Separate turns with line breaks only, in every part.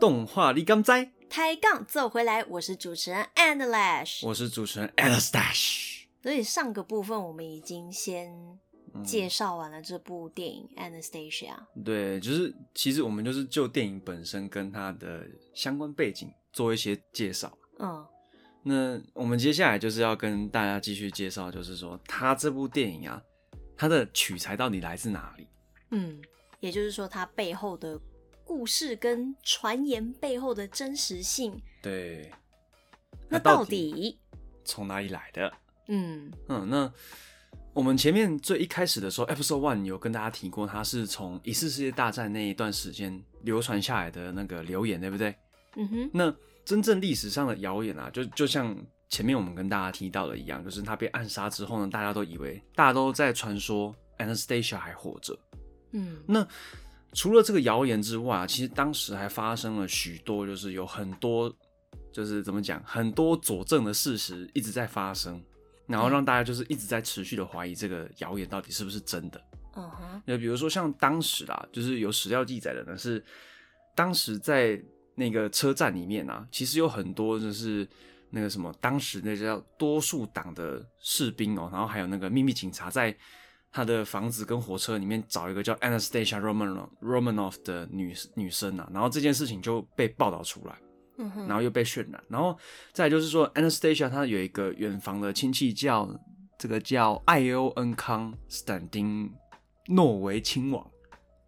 动画你敢知？
抬杠奏回来，我是主持人 And Lash。
我是主持人 Anastash。
所以上个部分我们已经先介绍完了这部电影《Anastasia》，
嗯对，就是其实我们就是就电影本身跟它的相关背景做一些介绍。
嗯，
那我们接下来就是要跟大家继续介绍，就是说它这部电影啊，它的取材到底来自哪里？
嗯，也就是说，它背后的故事跟传言背后的真实性，
对，
那
它
到
底
底，
从哪里来的？
嗯
嗯，那我们前面最一开始的时候，Episode One 有跟大家提过，它是从一次世界大战那一段时间流传下来的那个流言，对不对？
嗯哼，
那真正历史上的谣言啊，就就像前面我们跟大家提到的一样，就是他被暗杀之后呢，大家都以为大家都在传说 Anastasia 还活着。
嗯
那除了这个谣言之外啊，其实当时还发生了许多，就是有很多，就是怎么讲，很多佐证的事实一直在发生，然后让大家就是一直在持续的怀疑这个谣言到底是不是真的。
嗯哼，
那比如说像当时啦，就是有史料记载的呢，是当时在那个车站里面啊，其实有很多就是那个什么，当时那叫多数党的士兵哦，然后还有那个秘密警察在他的房子跟火车里面找一个叫 Anastasia Romanov Romanov 的女女生啊，然后这件事情就被报道出来。
嗯哼，
然后又被渲染，然后再来就是说，Anastasia 她有一个远房的亲戚叫这个叫艾欧恩康斯坦丁诺维亲王，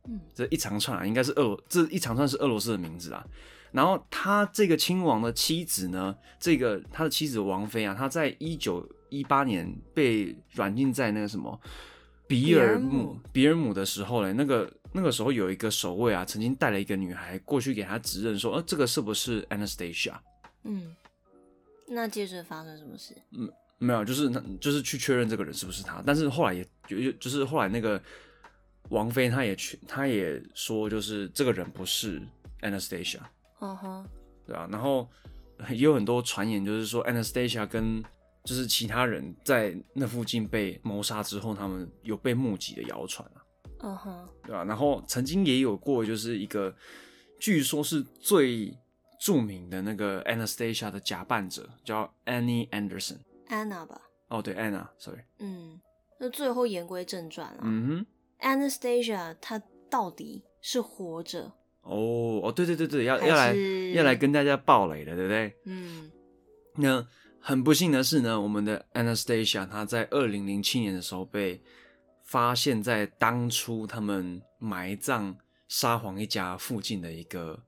嗯
这一长串啊，应该是俄罗这一长串是俄罗斯的名字啊。然后他这个亲王的妻子呢，这个他的妻子王妃啊，她在一九一八年被软禁在那个什么比尔
比尔
姆
姆
比尔姆的时候嘞，那个那个时候有一个守卫啊，曾经带了一个女孩过去给他指认说，呃，这个是不是 Anastasia？
嗯，那接着发生什么事？
没有，就是那就是去确认这个人是不是他，但是后来也就就是后来那个王菲她也去，她也说就是这个人不是 Anastasia，
嗯哼，
对吧、然后 也有很多传言，就是说 Anastasia 跟就是其他人在那附近被谋杀之后，他们有被目击的谣传啊，
嗯哼，
对吧、然后曾经也有过就是一个据说是最著名的那个 Anastasia 的假扮者叫 Annie Anderson，
安娜吧，
哦对 Anna，sorry，
嗯，那最后言归正传了、
嗯哼。
Anastasia 她到底是活着，
哦哦，对对对对，要
还
要来
是
要来跟大家爆雷的，对不对？
嗯
那很不幸的是呢，我们的 Anastasia 她在二零零七年的时候被发现，在当初他们埋葬沙皇一家附近的一个，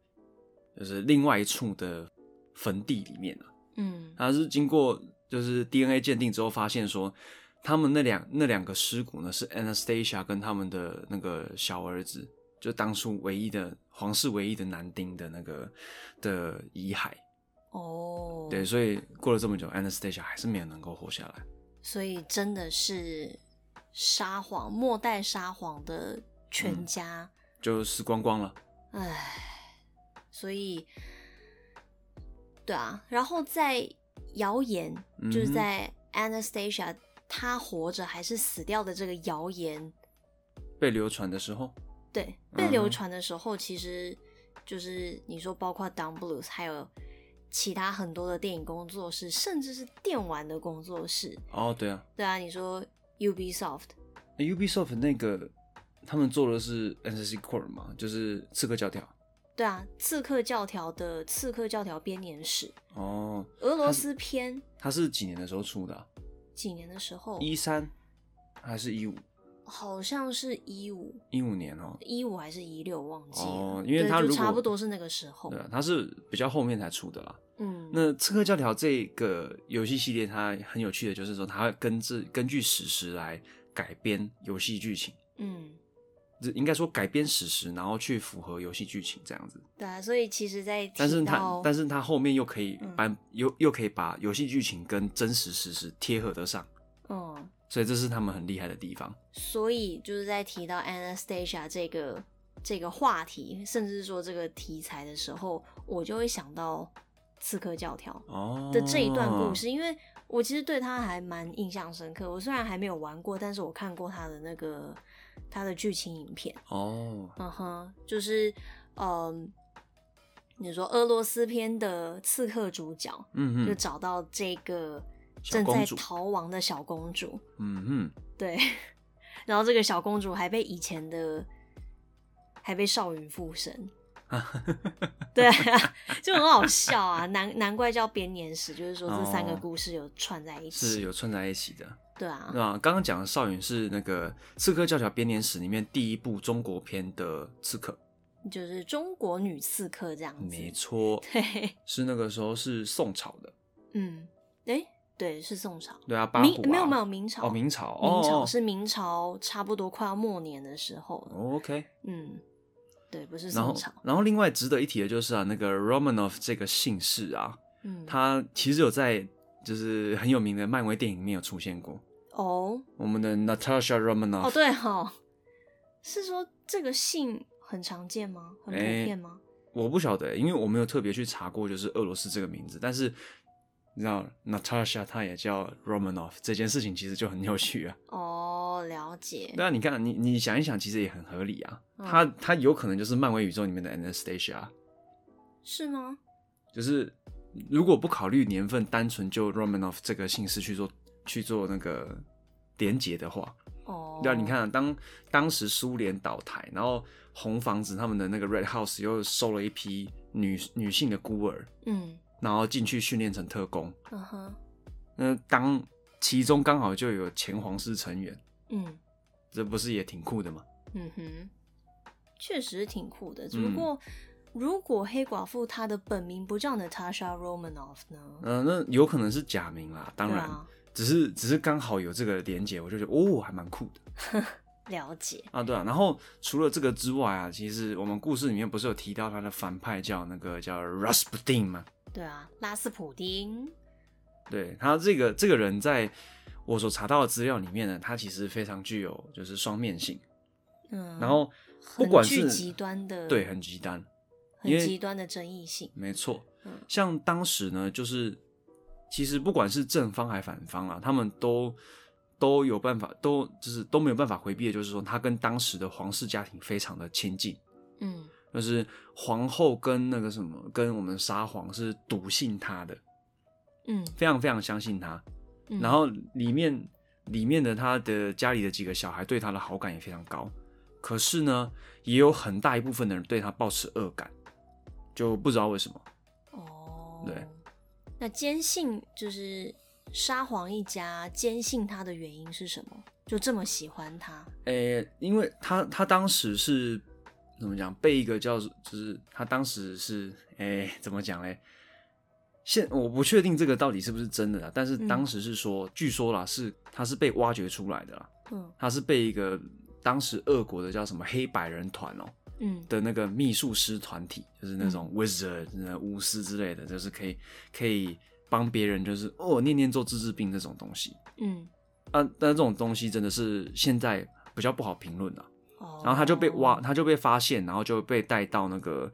就是另外一处的坟地里面啊。
嗯
他是经过就是 DNA 鉴定之后发现说，他们那两那两个尸骨呢是 Anastasia 跟他们的那个小儿子，就当初唯一的皇室唯一的男丁的那个的遗骸。
哦，
对，所以过了这么久，Anastasia 还是没有能够活下来。
所以真的是沙皇末代沙皇的全家，
就死光光了，
唉，所以对啊，然后在谣言、
嗯
就是在 Anastasia 她活着还是死掉的这个谣言，
被流传的时候，
对
嗯
被流传的时候，其实就是你说包括 Down Blues 还有。其他很多的电影工作室，甚至是电玩的工作室，
哦，对啊
对啊，你说 Ubisoft，
那，Ubisoft 那个他们做的是 NCC Core 嘛，就是刺客教条。
对啊，《刺客教条》的《刺客教条编年史》，
哦，
俄罗斯篇
它是几年的时候出的、啊？
几年的时候，
一三还是一五？
好像是一五
一五年哦，
一五还是一六，忘记了。
哦因为
对
他
就
如果
差不多是那个时候
对。啊，它是比较后面才出的啦。
嗯，
那《刺客教条》这个游戏系列，它很有趣的就是说，它会根据根据史实来改编游戏剧情，
嗯，
这应该说改编史实，然后去符合游戏剧情这样子。
对啊，所以其实在
但是
提
它
到，
但是它后面又可以
嗯
把、又又可以把游戏剧情跟真实史实贴合得上，
嗯，
所以这是他们很厉害的地方。
所以就是在提到 Anastasia 这个这个话题，甚至说这个题材的时候，我就会想到《刺客教条》。
哦
的这一段故，事，因为我其实对他还蛮印象深刻。我虽然还没有玩过，但是我看过他的那个他的剧情影片，
哦，
嗯哼，就是嗯，你说俄罗斯片的刺客主角，
嗯
就
嗯
找到这个
小
正在
公主
逃亡的小公主，
嗯嗯，
对， 然后这个小公主还被以前的还被少云附 身，对啊，就很好笑啊，难难怪叫编年史，就是说这三个
哦
故事有串在一
是
起，
有串在一起的。
对啊，
那刚刚讲的少云是那个《刺客教条编年史》里面第一部中国篇的刺客，
就是中国女刺客这样子，
没错，
对，
是那个时候是宋朝的，
嗯，诶，对，是宋朝，
对啊，八
明
虎、啊、
没有没有明朝
哦，明朝
明朝
哦
是明朝差不多快要末年的时候了，
哦 OK。
嗯，对，不是
然
宋
后
朝，，
然后另外值得一提的就是啊，那个 Romanov 这个姓氏啊，
嗯，
他其实有在就是很有名的漫威电影里面有出现过。
哦
我们的 Natasha
哦
Romanoff，
对哦，是说这个姓很常见吗？很普
诶
遍吗？
我不晓得，因为我没有特别去查过，就是俄罗斯这个名字。但是你知道 Natasha 她也叫 Romanoff 这件事情，其实就很有趣啊。
哦，了解，
对啊，你看你你想一想，其实也很合理啊。
嗯
她她有可能就是漫威宇宙里面的 Anastasia，
是吗？
就是如果不考虑年份，单纯就 Romanoff 这个姓氏去做去做那个连结的话，
哦，
对啊，你，看、啊、当当时苏联倒台，然后红房子他们的那个 Red House 又收了一批女女性的孤儿，
嗯
然后进去训练成特工。
嗯哼，
那当其中刚好就有前皇室成员，
嗯
这不是也挺酷的吗？
嗯哼，确实挺酷的，
嗯
只不过。如果黑寡妇她的本名不叫 Natasha Romanoff 呢？
嗯、那有可能是假名啦，当
对
然，
啊，
只是只是刚好有这个连结，我就觉得哦，还蛮酷的。
了解。
啊，对啊，然后除了这个之外啊，其实我们故事里面不是有提到他的反派叫那个叫 Rasputin 吗？
对啊，拉斯普丁。
对他这个这个人，在我所查到的资料里面呢，他其实非常具有就是双面性，
嗯，
然后不
很
管
具
是
极端的，
对很极端，
很
因为
极端的争议性。
没错
嗯，
像当时呢，就是其实不管是正方还反方啊，他们都都有办法，都就是都没有办法回避的，就是说他跟当时的皇室家庭非常的亲近。
嗯，
就是皇后跟那个什么，跟我们沙皇是笃信他的，
嗯，
非常非常相信他。
嗯
然后里面里面的他的家里的几个小孩对他的好感也非常高，可是呢，也有很大一部分的人对他抱持恶感，就不知道为什么。
哦，
对，
那坚信就是沙皇一家坚信他的原因是什么？就这么喜欢他？
诶、因为他他当时是怎么讲，被一个叫就是他当时是诶、怎么讲嘞？现我不确定这个到底是不是真的啦，但是
嗯
当时是说，据说啦是他是被挖掘出来的啦，
嗯
他是被一个当时俄国的叫什么黑百人团哦、
嗯
的那个秘术师团体，就是那种 wizard、呃巫师之类的，就是可以可以帮别人就是哦念念咒治治病这种东西
嗯，
啊，但这种东西真的是现在比较不好评论啊。
哦，
然后他就被挖，，他就被发现，然后就被带到那个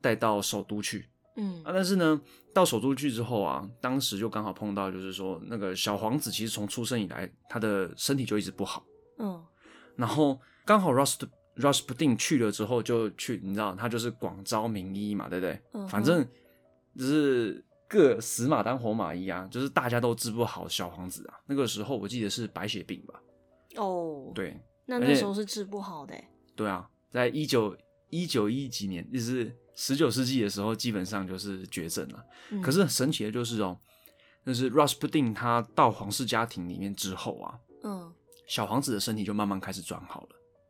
带到首都去
嗯
啊。但是呢，到首都去之后啊，当时就刚好碰到，就是说那个小皇子其实从出生以来，他的身体就一直不好。
嗯
然后刚好 Rust Rasputin 去了之后，就去你知道他就是广招名医嘛，对不对？
嗯哼
反正就是各死马当活马医啊，就是大家都治不好小皇子啊。那个时候我记得是白血病吧？
哦，，
对
那
而
那
且
时候是治不好的欸，
对啊，在一九一九一几年，就是十九世纪的时候，基本上就是绝症了。
嗯
可是很神奇的就是哦，就是 Rasputin 他到皇室家庭里面之后啊，
嗯
小皇子的身体就慢慢开始转好了。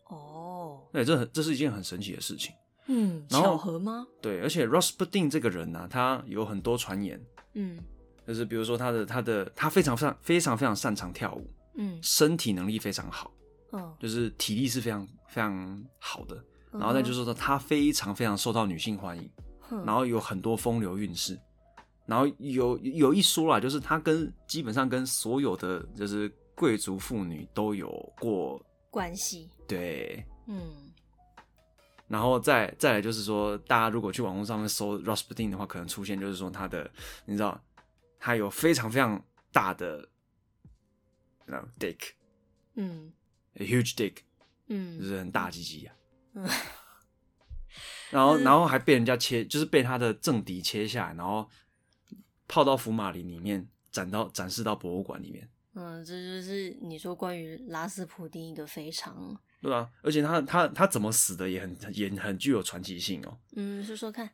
哦，
对，这很这是一件很神奇的事情。
嗯，
然后
巧合吗？
对，而且 Rasputin 这个人呢、他有很多传言，
嗯
就是比如说他的他的他非常擅非常非常擅长跳舞，
嗯
身体能力非常好，
嗯，
就是体力是非常非常好的。然后再就是说他非常非常受到女性欢迎，
嗯哼，
然后有很多风流韵事，然后有有一说啦，就是他跟基本上跟所有的就是贵族妇女都有过
关系，
对。
嗯
然后再再来就是说，大家如果去网络上面搜 Rasputin 的话，可能出现就是说他的，你知道，他有非常非常大的，那 dick，a
嗯
huge dick，就
嗯
是很大鸡鸡啊。
嗯，
然后然后还被人家切，就是被他的政敌切下来，然后泡到福马林里面，展到展示到博物馆里面，
嗯，这就是你说关于拉斯普丁一个非常，
对吧、而且他他他怎么死的也很也很具有传奇性哦。
嗯，说说看，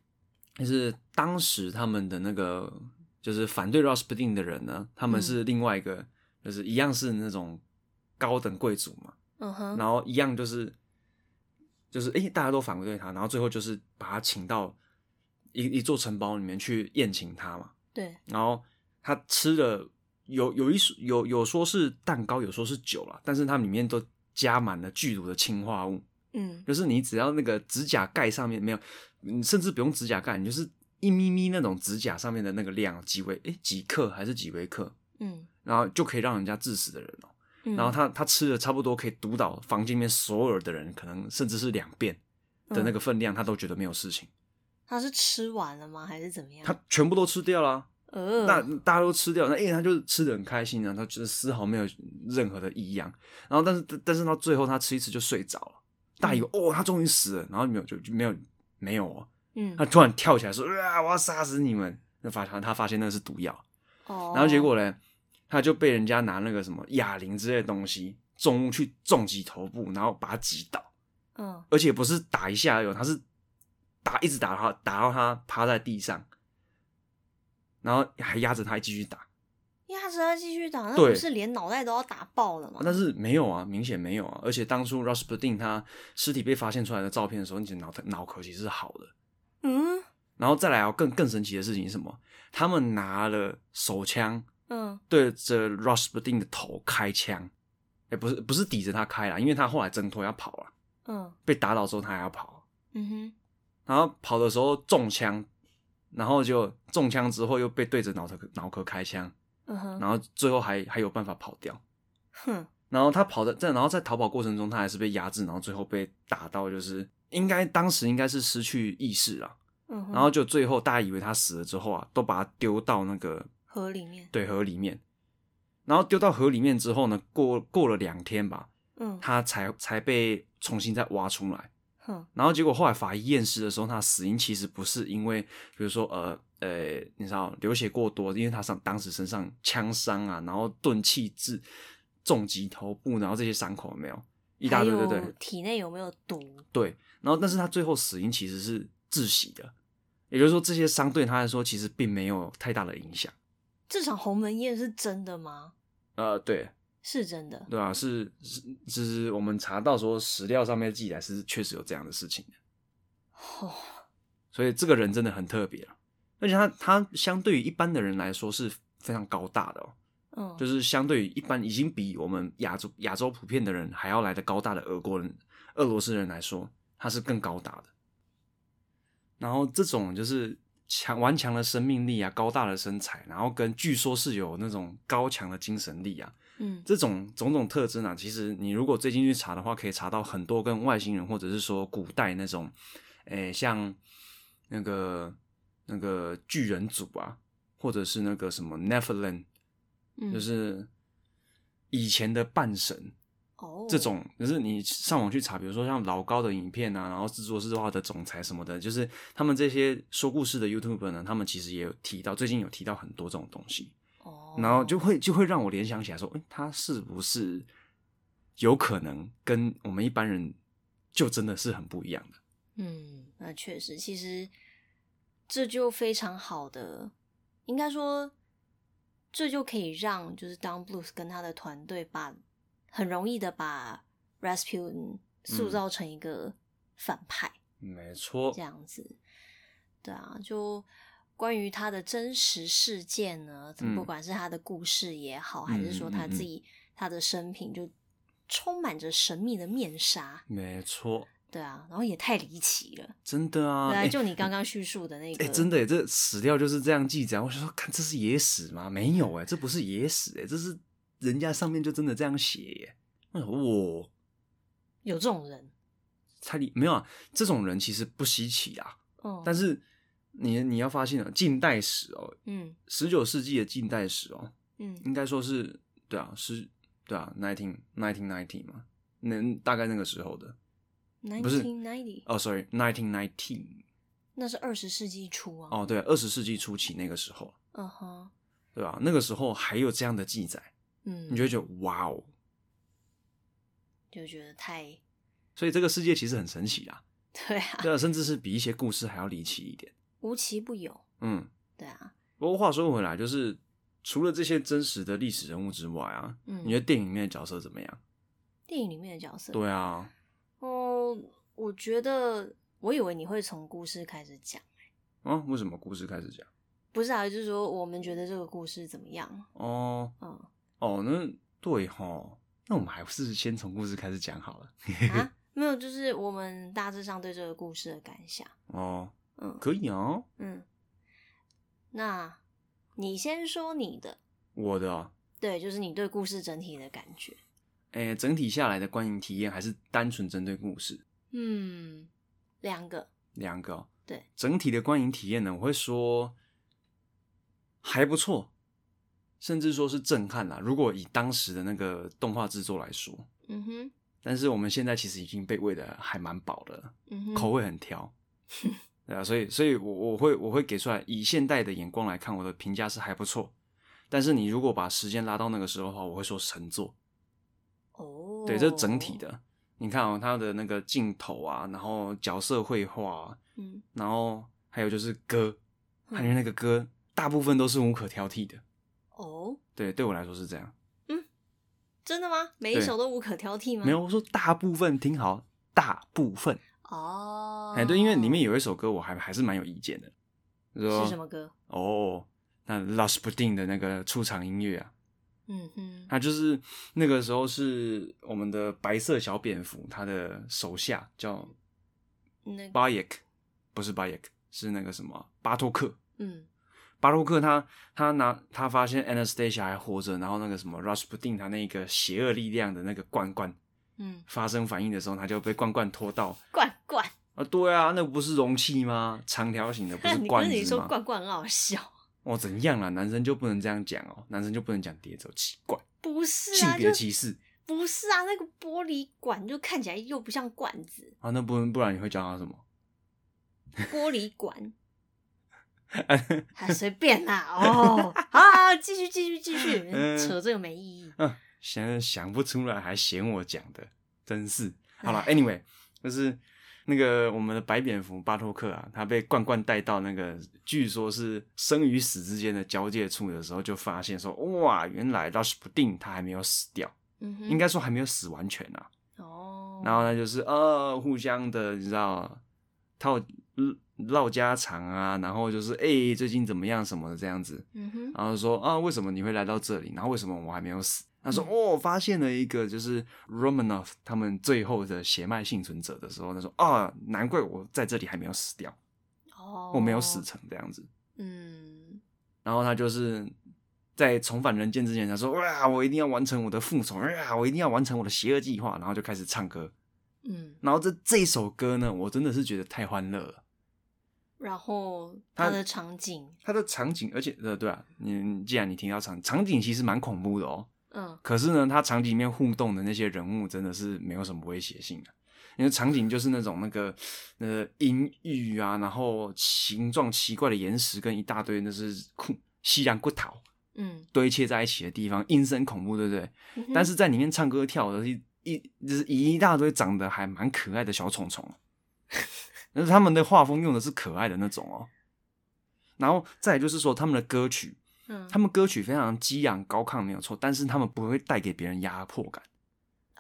就是当时他们的那个就是反对 Rasputin 的人呢，他们
嗯
是另外一个，就是一样是那种高等贵族嘛，
嗯哼，
然后一样就是就是诶、大家都反对他，然后最后就是把他请到一一座城堡里面去宴请他嘛，
对，
然后他吃了有有一说有有说是蛋糕，有说是酒啦，但是它里面都加满了剧毒的氰化物，
嗯
就是你只要那个指甲盖上面没有，你甚至不用指甲盖，你就是一咪咪那种指甲上面的那个量几微诶几克还是几微克，
嗯
然后就可以让人家致死的人哦、
嗯，
然后他他吃了差不多可以毒倒房间里面所有的人，可能甚至是两遍的那
嗯
个分量，他都觉得没有事情，
他是吃完了吗？还是怎么样？
他全部都吃掉了。
呃，
那大家都吃掉，那因为他就是吃的很开心啊，他就是丝毫没有任何的异样。然后但是但是到最后他吃一次就睡着了，
嗯
大家以为哦他终于死了，然后没有就就没有没有哦，
嗯
他突然跳起来说啊我要杀死你们，那发现他发现那是毒药，
哦，
然后结果嘞他就被人家拿那个什么哑铃之类的东西重物去重击头部，然后把他击倒，
嗯
而且不是打一下而已哦，他是打一直打他，打到他趴在地上，然后还压着他继续打。
压着他继续打，那
对
不是连脑袋都要打爆了吗？
但是没有啊，明显没有啊。而且当初 Rasputin 他尸体被发现出来的照片的时候，你的脑脑壳其实是好的。
嗯
然后再来啊，更更神奇的事情是什么？他们拿了手枪
嗯
对着 Rasputin 的头开枪，哎、不是不是抵着他开啦，因为他后来挣脱要跑了，
嗯
被打倒之后他还要跑，啊
嗯哼，
然后跑的时候中枪，然后就中枪之后又被对着脑壳脑壳开枪，
嗯哼，
然后最后还还有办法跑掉。
哼，
然后他跑的在，然后在逃跑过程中，他还是被压制，然后最后被打到，就是应该当时应该是失去意识了。
嗯哼，
然后就最后大家以为他死了之后啊，都把他丢到那个
河里面，
对河里面。然后丢到河里面之后呢，过过了两天吧，
嗯
他才才被重新再挖出来。
哼，
然后结果后来法医验尸的时候，他死因其实不是因为，比如说呃呃，你知道流血过多，因为他上当时身上枪伤啊，然后钝器致重击头部，然后这些伤口有没有一大
还
堆，
有
对对
体内有没有毒？
对。然后但是他最后死因其实是窒息的，也就是说这些伤对他来说其实并没有太大的影响。
这场鸿门宴是真的吗？
呃，对
是真的，
对啊，是是，就是我们查到说史料上面记载是确实有这样的事情。
哦，
所以这个人真的很特别啊。而且他他相对于一般的人来说是非常高大的哦，
嗯，
就是相对于一般已经比我们亚洲亚洲普遍的人还要来的高大的俄国人、俄罗斯人来说，他是更高大的。然后这种就是强顽强的生命力啊，高大的身材，然后跟据说是有那种高强的精神力啊，
嗯
这种种种特征啊，其实你如果最近去查的话，可以查到很多跟外星人或者是说古代那种，诶、像那个那个巨人族啊，或者是那个什么 Nephilim，、
嗯，
就是以前的半神
哦
这种，就是你上网去查，比如说像老高的影片啊，然后制作日化的总裁什么的，就是他们这些说故事的 YouTube 呢，他们其实也有提到，最近有提到很多这种东西。
哦，
然后就会就会让我联想起来说，诶，他是不是有可能跟我们一般人就真的是很不一样的？
嗯，那确实，其实这就非常好的，应该说，这就可以让就是 Don Bluth 跟他的团队把很容易的把 Rasputin 塑
嗯
造成一个反派、
没错
这，样子。对啊，就关于他的真实事件呢，
嗯
不管是他的故事也好，还是说
嗯嗯
他
嗯
自己、他的生平，就充满着神秘的面纱。
没错，
对啊，然后也太离奇了。
真的啊！
对啊，
诶
就你刚刚叙述的那个，
诶真的耶，这史料就是这样记载。我想说，看这是野史吗？没有哎，这不是野史哎，这是人家上面就真的这样写耶。哎我想哇，
有这种人，
他里没有啊，这种人其实不稀奇啊。
嗯，
但是你你要发现啊，近代史哦，
嗯
十九世纪的近代史哦，
嗯
应该说是对啊，是，对啊，nineteen nineteen nineteen 嘛，那大概那个时候的，不是
nineteen ninety，
哦，sorry，nineteen nineteen，
那是二十世纪初啊。
哦，对，二十世纪初期那个时候，
嗯哼，
对吧、那个时候还有这样的记载，
嗯
你，就会觉得哇哦，
就觉得太
所以这个世界其实很神奇啊，
对啊，
对啊，甚至是比一些故事还要离奇一点。
无奇不有。
嗯，
对啊，
不过话说回来，就是除了这些真实的历史人物之外啊，
嗯
你觉得电影里面的角色怎么样？
电影里面的角色，
对啊，
哦，我觉得我以为你会从故事开始讲，
啊，为什么故事开始讲？
不是啊，就是说我们觉得这个故事怎么样？
哦
嗯
哦，那对哈，那我们还是先从故事开始讲好了。
啊，没有，就是我们大致上对这个故事的感想。
哦，
嗯
可以哦，
嗯，那你先说你的，
我的哦，
对，就是你对故事整体的感觉。
诶，整体下来的观影体验还是单纯针对故事
嗯，两个，
两个、哦。
对，
整体的观影体验呢，我会说还不错，甚至说是震撼啦。如果以当时的那个动画制作来说，
嗯哼，
但是我们现在其实已经被喂的还蛮饱了，
嗯哼，
口味很 挑，对啊，所以所以我我会我会给出来，以现代的眼光来看，我的评价是还不错。但是你如果把时间拉到那个时候的话，我会说神作。
哦，
对，这是整体，的。你看哦，它的那个镜头啊，然后角色绘画、啊，
嗯，
然后还有就是歌，
嗯
它里面那个歌大部分都是无可挑剔的。
哦，
对，对我来说是这样。
真的吗？每一
对
首都无可挑剔吗？
没有，，我说大部分听好，大部分。
哦，
哎，对，因为里面有一首歌我还还是蛮有意见的。
是
是
什么歌？
哦，那 Last 不定的那个出场音乐啊，
嗯哼，
它就是那个时候是我们的白色小蝙蝠，他的手下叫
那个，
巴耶克，不是巴耶克，是那个什么巴托克。
嗯
巴托克他他拿他发现 Anastasia 还活着，然后那个什么 Rasputin 他那个邪恶力量的那个罐罐
嗯，
发生反应的时候，他就被罐罐拖到
罐罐，
啊，对啊，那不是容器吗？长条形的不是
你
罐
跟
子吗？
你说罐罐很好笑，
哦，怎样啦？男生就不能这样讲哦，男生就不能讲叠走，奇怪，
不是
性
啊，就
别歧视
不是啊，那个玻璃管就看起来又不像罐子，
啊，那不然不然你会叫他什么？
玻璃管， 还随便啦、哦，好好好，继续继续继续，
嗯
扯这个没意义。
嗯，想想不出来还嫌我讲的，真是。好了
唉
，anyway，就是那个我们的白蝙蝠巴托克啊，他被罐罐带到那个据说是生与死之间的交界处的时候，就发现说，哇，原来倒是不定他还没有死掉，
嗯哼，
应该说还没有死完全啊。
哦，
然后呢，就是呃，互相的，你知道，套嗯唠家常啊，然后就是哎、最近怎么样什么的这样子，
嗯哼，
然后说啊，为什么你会来到这里？然后为什么我还没有死？他说
嗯
哦，发现了一个就是 Romanov 他们最后的血脉幸存者的时候，他说啊，难怪我在这里还没有死掉，
哦，
我没有死，成这样子。
嗯，
然后他就是在重返人间之前，他说哇，我一定要完成我的复仇，哇，我一定要完成我的邪恶计划，然后就开始唱歌。
嗯，
然后这这首歌呢，我真的是觉得太欢乐了。
然后
他
它的场景，
它的场景，而且呃，对啊，你你既然你听到场场景，其实蛮恐怖的哦。
嗯
可是呢，它场景里面互动的那些人物真的是没有什么威胁性的、因为场景就是那种那个呃阴郁啊，然后形状奇怪的岩石跟一大堆那是库西洋骨头
嗯，
堆砌在一起的地方，阴森恐怖，对不对？
嗯哼
但是在里面唱歌跳的是一一就是一大堆长得还蛮可爱的小虫虫，但是他们的画风用的是可爱的那种哦。然后再来就是说他们的歌曲，
嗯，
他们歌曲非常激昂高亢没有错，但是他们不会带给别人压迫感，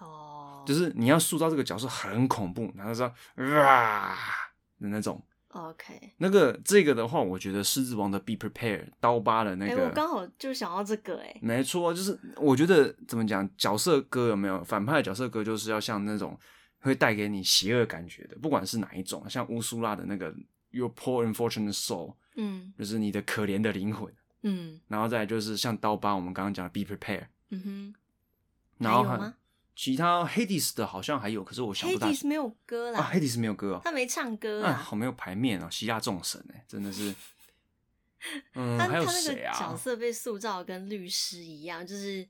哦，
就是你要塑造这个角色很恐怖，然后说啊的那种。
OK，
那个这个的话，我觉得《狮子王》的《Be Prepared》刀疤的那
哎、
个，
我刚好就想要这个、哎，
没错，就是我觉得怎么讲，角色歌有没有反派的角色歌，就是要像那种会带给你邪恶感觉的，不管是哪一种，像乌苏拉的那个 Your Poor Unfortunate Soul，
嗯
就是你的可怜的灵魂，
嗯
然后再来就是像刀疤，我们刚刚讲的 Be Prepared，
嗯哼。
然后
还有
还
吗
其他 Hades 的好像还有，可是我想不大
Hades 没有歌啦
啊，Hades 没有歌哦，
他没唱歌
哎，
啊，
好没有排面哦，希腊众神哎，真的 是，嗯，
他
还有
他那
谁
个角
啊？
色被塑造得跟律师一样，就是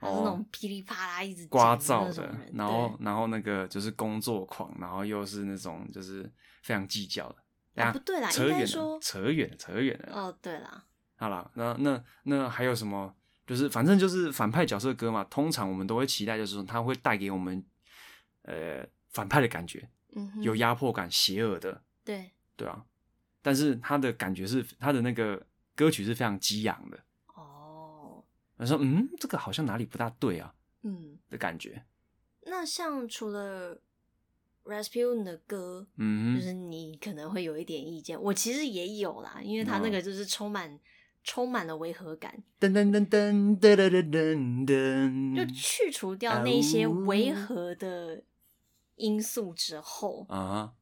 他是那
哦
种噼里啪啦一直
聒
讲
噪
那种
的
人，
然后
对啊
然后那个就是工作狂，然后又是那种就是非常计较的。
啊
等下
不对啦
扯
应
远
该
了
说，
扯远了，扯远了。
哦，对啦，
好啦，那那那还有什么？就是反正就是反派角色歌嘛，通常我们都会期待，就是说它会带给我们呃反派的感觉，
嗯哼，
有压迫感、邪恶的，
对
对啊。但是他的感觉是他的那个歌曲是非常激昂的，
哦，
我说嗯，这个好像哪里不大对啊
嗯，
的感觉，
那像除了 Rasputin 的歌，
嗯
就
哼
是你可能会有一点意见，我其实也有啦，因为他那
嗯
个就是充满充满了违和感，
噔噔噔噔噔噔噔噔
就
噔，
去除
啊
掉那些违和的因素之后，
啊，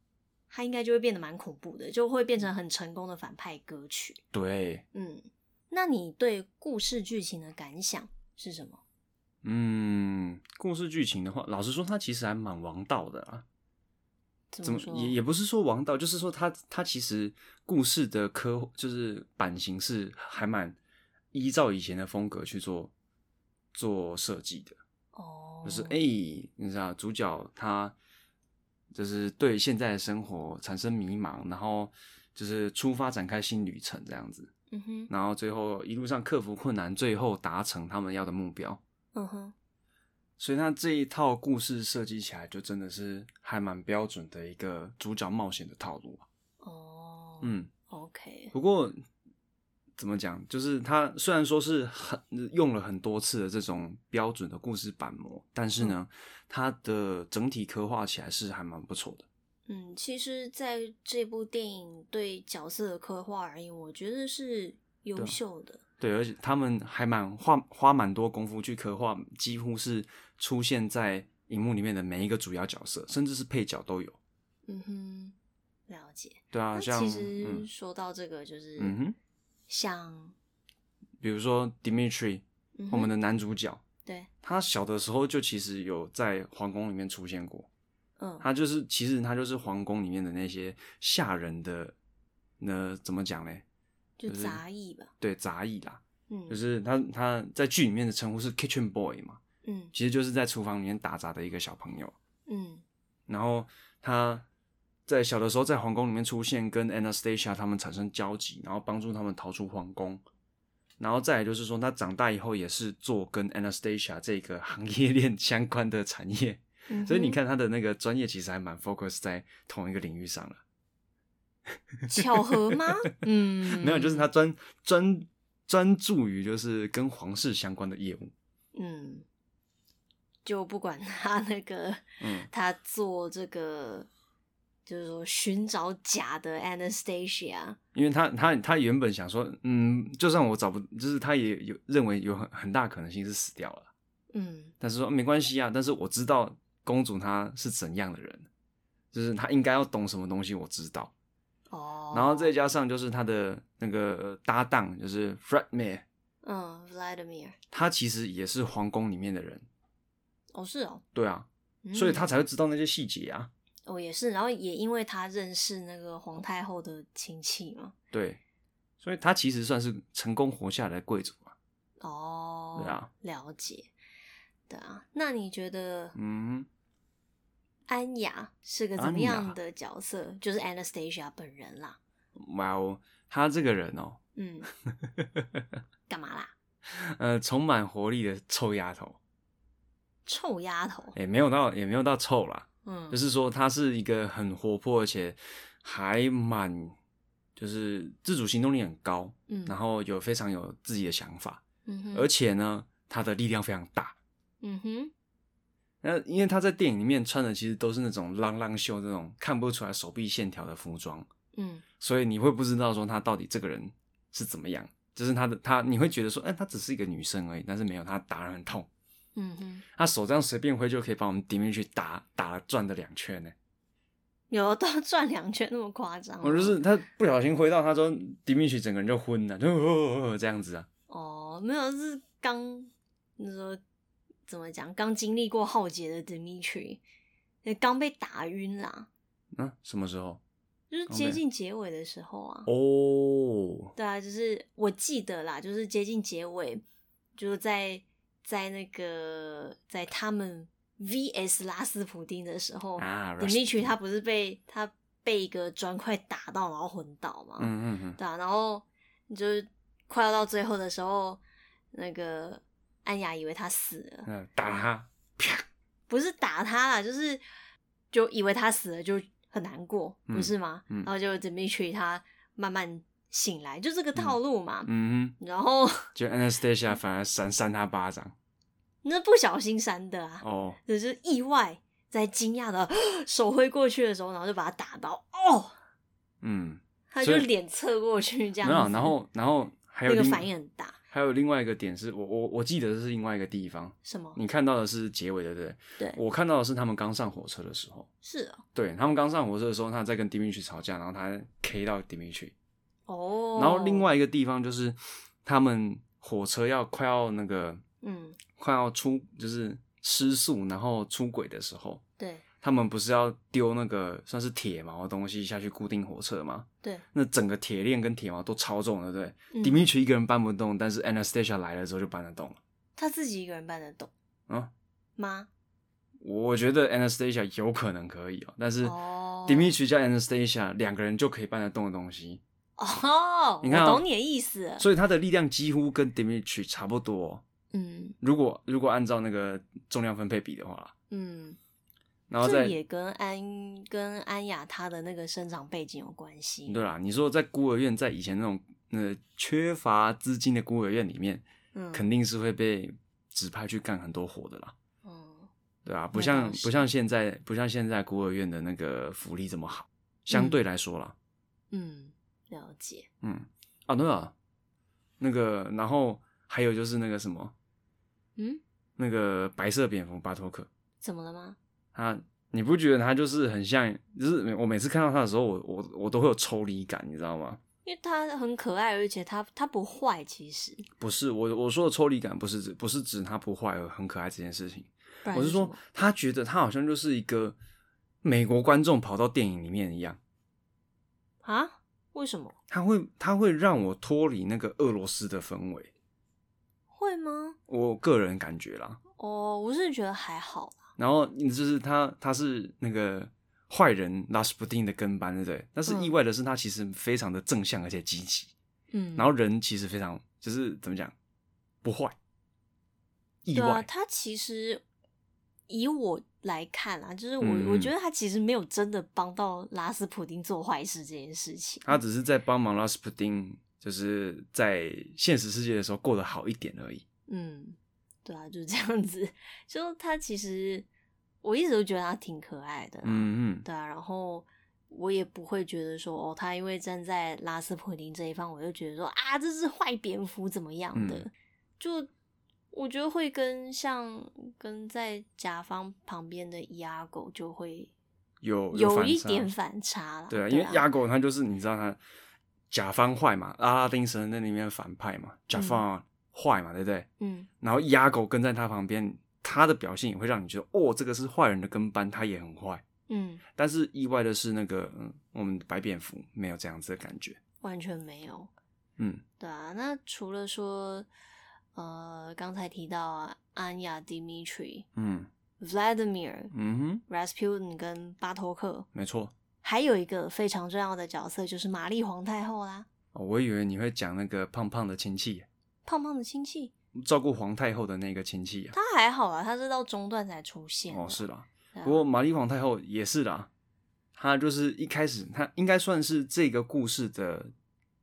它应该就会变得蛮恐怖的，就会变成很成功的反派歌曲。
对，
嗯，那你对故事剧情的感想是什么？
嗯，故事剧情的话，老实说，它其实还蛮王道的啊。
怎
怎
么
么
说？
也也不是说王道，就是说它它其实故事的科就是版型是还蛮依照以前的风格去做做设计的。
哦，
就是哎、诶你知道主角他就是对现在的生活产生迷茫，然后就是出发展开新旅程这样子，
嗯哼，
然后最后一路上克服困难，最后达成他们要的目标。
嗯哼，
所以他这一套故事设计起来，就真的是还蛮标准的一个主角冒险的套路啊。
哦，
嗯，
，OK，
不过怎么讲，就是他虽然说是很用了很多次的这种标准的故事板模，但是呢，
嗯
它的整体刻画起来是还蛮不错的。
嗯，其实在这部电影对角色的刻画而言，我觉得是优秀的。
对，啊而且他们还蛮花花蛮多功夫去刻画，几乎是出现在荧幕里面的每一个主要角色，甚至是配角都有。
嗯哼，了解。
对啊，
那
像
其实
嗯
说到这个，就是
嗯哼，
像
比如说 Dimitri，、
嗯
我们
哼
的男主角，
对，
他小的时候就其实有在皇宫里面出现过。
嗯，
他就是其实他就是皇宫里面的那些吓人的，那怎么讲嘞？
就
就是
杂役吧，
对杂役啦，
嗯，
就是他他在剧里面的称呼是 kitchen boy 嘛，
嗯
其实就是在厨房里面打杂的一个小朋友。
嗯
然后他在小的时候在皇宫里面出现，跟 Anastasia 他们产生交集，然后帮助他们逃出皇宫。然后再来就是说，他长大以后也是做跟 Anastasia 这个行业 链相关的产业，
嗯，
所以你看他的那个专业其实还蛮 focus 在同一个领域上了。
哼，巧合 吗？嗯，
没有，就是他，专专专注于就是跟皇室相关的业务。
嗯，就不管他那个，
嗯，
他做这个，就是说寻找假的 Anastasia，
因为他他他原本想说，嗯，就算我找不，就是他也有认为有很很大可能性是死掉了，
嗯
但是说没关系啊，但是我知道公主她是怎样的人，就是她应该要懂什么东西，我知道。
哦，
然后再加上就是他的那个搭档就是 Fredmere，
嗯，Vladimir，
他其实也是皇宫里面的人，
哦是哦，
对啊，
嗯
所以他才会知道那些细节啊，
哦也是，然后也因为他认识那个皇太后的亲戚嘛，
对，所以他其实算是成功活下来的贵族啊。
哦，
对啊，
了解，对啊，那你觉得
嗯，
安雅是个怎
安
么
雅
样的角色？就是 Anastasia 本人啦，
哇哦，他这个人哦，
嗯，干嘛啦？
呃，充满活力的臭丫头，
臭丫头，
也没有到也没有到臭啦，
嗯，
就是说她是一个很活泼，而且还蛮就是自主行动力很高，
嗯，
然后有非常有自己的想法，
嗯哼，
而且呢，她的力量非常大。
嗯哼，
那因为她在电影里面穿的其实都是那种浪浪袖这种看不出来手臂线条的服装，
嗯
所以你会不知道说她到底这个人是怎么样，就是她的她，你会觉得说，哎、她只是一个女生而已，但是没有，她打人很痛，
嗯哼，
她手这样随便挥就可以把我们 d i m 去打打转了两圈呢、
有到 转两圈那么夸张吗？
我哦就是她不小心挥到她说 d i m 整个人就昏了，就、哦哦哦这样子啊，
哦，没有是刚你说怎么讲？刚经历过浩劫的 Dimitri，呃刚被打晕啦，
嗯、什么时候？
就是
刚
接
被
近结尾的时候啊。
哦，
对啊，就是我记得啦，就是接近结尾，就是在在那个在他们 VS 拉斯普丁的时候，
啊
迪米曲他不是被他被一个砖块打到，然后昏倒嘛？
嗯嗯嗯，
对啊，然后你就是快要到最后的时候，那个安雅以为他死了，
嗯，打他，
不是打他啦，就是就以为他死了，就很难过，
嗯
不是吗？
嗯
然后就 Dimitri 他慢慢醒来，就这个套路嘛。
嗯
然后
哼，就
嗯
Anastasia 反而扇扇他巴掌，
那不小心删的啊，
哦，
只是意外在惊讶的 手挥过去的时候，然后就把他打到哦，
嗯，
他就
所以
脸侧过去这样
没
子。
有，啊然后然后还有
那个
另
反应很大，
还有另外一个点是我我我记得是另外一个地方，
什么？
你看到的是结尾对不对？
对，
我看到的是他们刚上火车的时候，
是哦
对他们刚上火车的时候，他在跟 Dimitri 吵架，然后他 K 到 Dimitri，
哦。
然后另外一个地方就是他们火车要快要那个
嗯，
快要出就是失速，然后出轨的时候，
对
他们不是要丢那个算是铁锚的东西下去固定火车吗？
对，
那整个铁链跟铁锚都超重的，对不对、
嗯
d i m i t r i 一个人搬不动，但是 Anastasia 来了之后就搬得动了。
他自己一个人办得懂
啊，
吗？
我觉得 Anastasia 有可能可以哦、但是
哦
Dimitri 加 Anastasia 两个人就可以搬得动的东西，
哦，
你看哦
我懂你的意思了。
所以他的力量几乎跟 Dimitri 差不多哦、
嗯
如果如果按照那个重量分配比的话，
嗯，
然后
这
再
也跟安跟安雅她的那个生长背景有关系。
嗯对啦，你说在孤儿院，在以前那种呃缺乏资金的孤儿院里面，
嗯，
肯定是会被指派去干很多活的啦，
嗯
对吧、不
那
像
倒是
不像现在不像现在孤儿院的那个福利这么好，相对来说啦，
嗯，了解。
嗯啊对啊，那个然后还有就是那个什么
嗯，
那个白色蝙蝠巴托克，
怎么了吗？
他你不觉得他就是很像，就是我每次看到他的时候，我我我都会有抽离感，你知道吗？
因为她很可爱，而且她她不坏，其实。
不是我我说的抽离感，不是指不是指他不坏很可爱这件事情，
不然
我是
什么
说他觉得他好像就是一个美国观众跑到电影里面一样，
啊，为什么
他会他会让我脱离那个俄罗斯的氛围，
会吗？
我个人感觉啦。
哦，我是觉得还好啦。
然后就是他他是那个坏人拉什普丁的跟班，对不对？但是
嗯
意外的是，他其实非常的正向而且积极。
嗯，
然后人其实非常就是怎么讲，不坏，意
对啊，
外，
她其实以我来看啊，就是我、
嗯
我
嗯
觉得她其实没有真的帮到拉斯普丁做坏事这件事情。
他只是在帮忙拉斯普丁，就是在现实世界的时候过得好一点而已。
嗯，对啊，就这样子。 就他其实我一直都觉得他挺可爱的，，
嗯嗯，
对啊。然后我也不会觉得说哦，他因为站在拉斯普林这一方，我就觉得说啊，这是坏蝙蝠怎么样的。
嗯
就我觉得会跟像跟在甲方旁边的伊阿狗就会
有
有
反
一
差
点反差啦。
对啊，
啊，
因为亚狗他就是你知道他甲方坏嘛，阿拉丁神那里面反派嘛，甲方坏嘛，对不对？
嗯
然后亚狗跟在他旁边，他的表现也会让你觉得哦，这个是坏人的跟班，他也很坏。
嗯，
但是意外的是，那个嗯，我们白蝙蝠没有这样子的感觉。
完全没有。
嗯，
对啊，那除了说，呃，刚才提到啊，安雅、Dimitri、
嗯
Vladimir、
嗯哼，
Rasputin 跟巴托克，
没错。
还有一个非常重要的角色就是玛丽皇太后啦，
哦，我以为你会讲那个胖胖的亲戚，
胖胖的亲戚。
照顾皇太后的那个亲戚啊。
她还好啊，她是到中段才出现的。
哦，是啦。
对啊，
不过玛丽皇太后也是啦，她就是一开始她应该算是这个故事的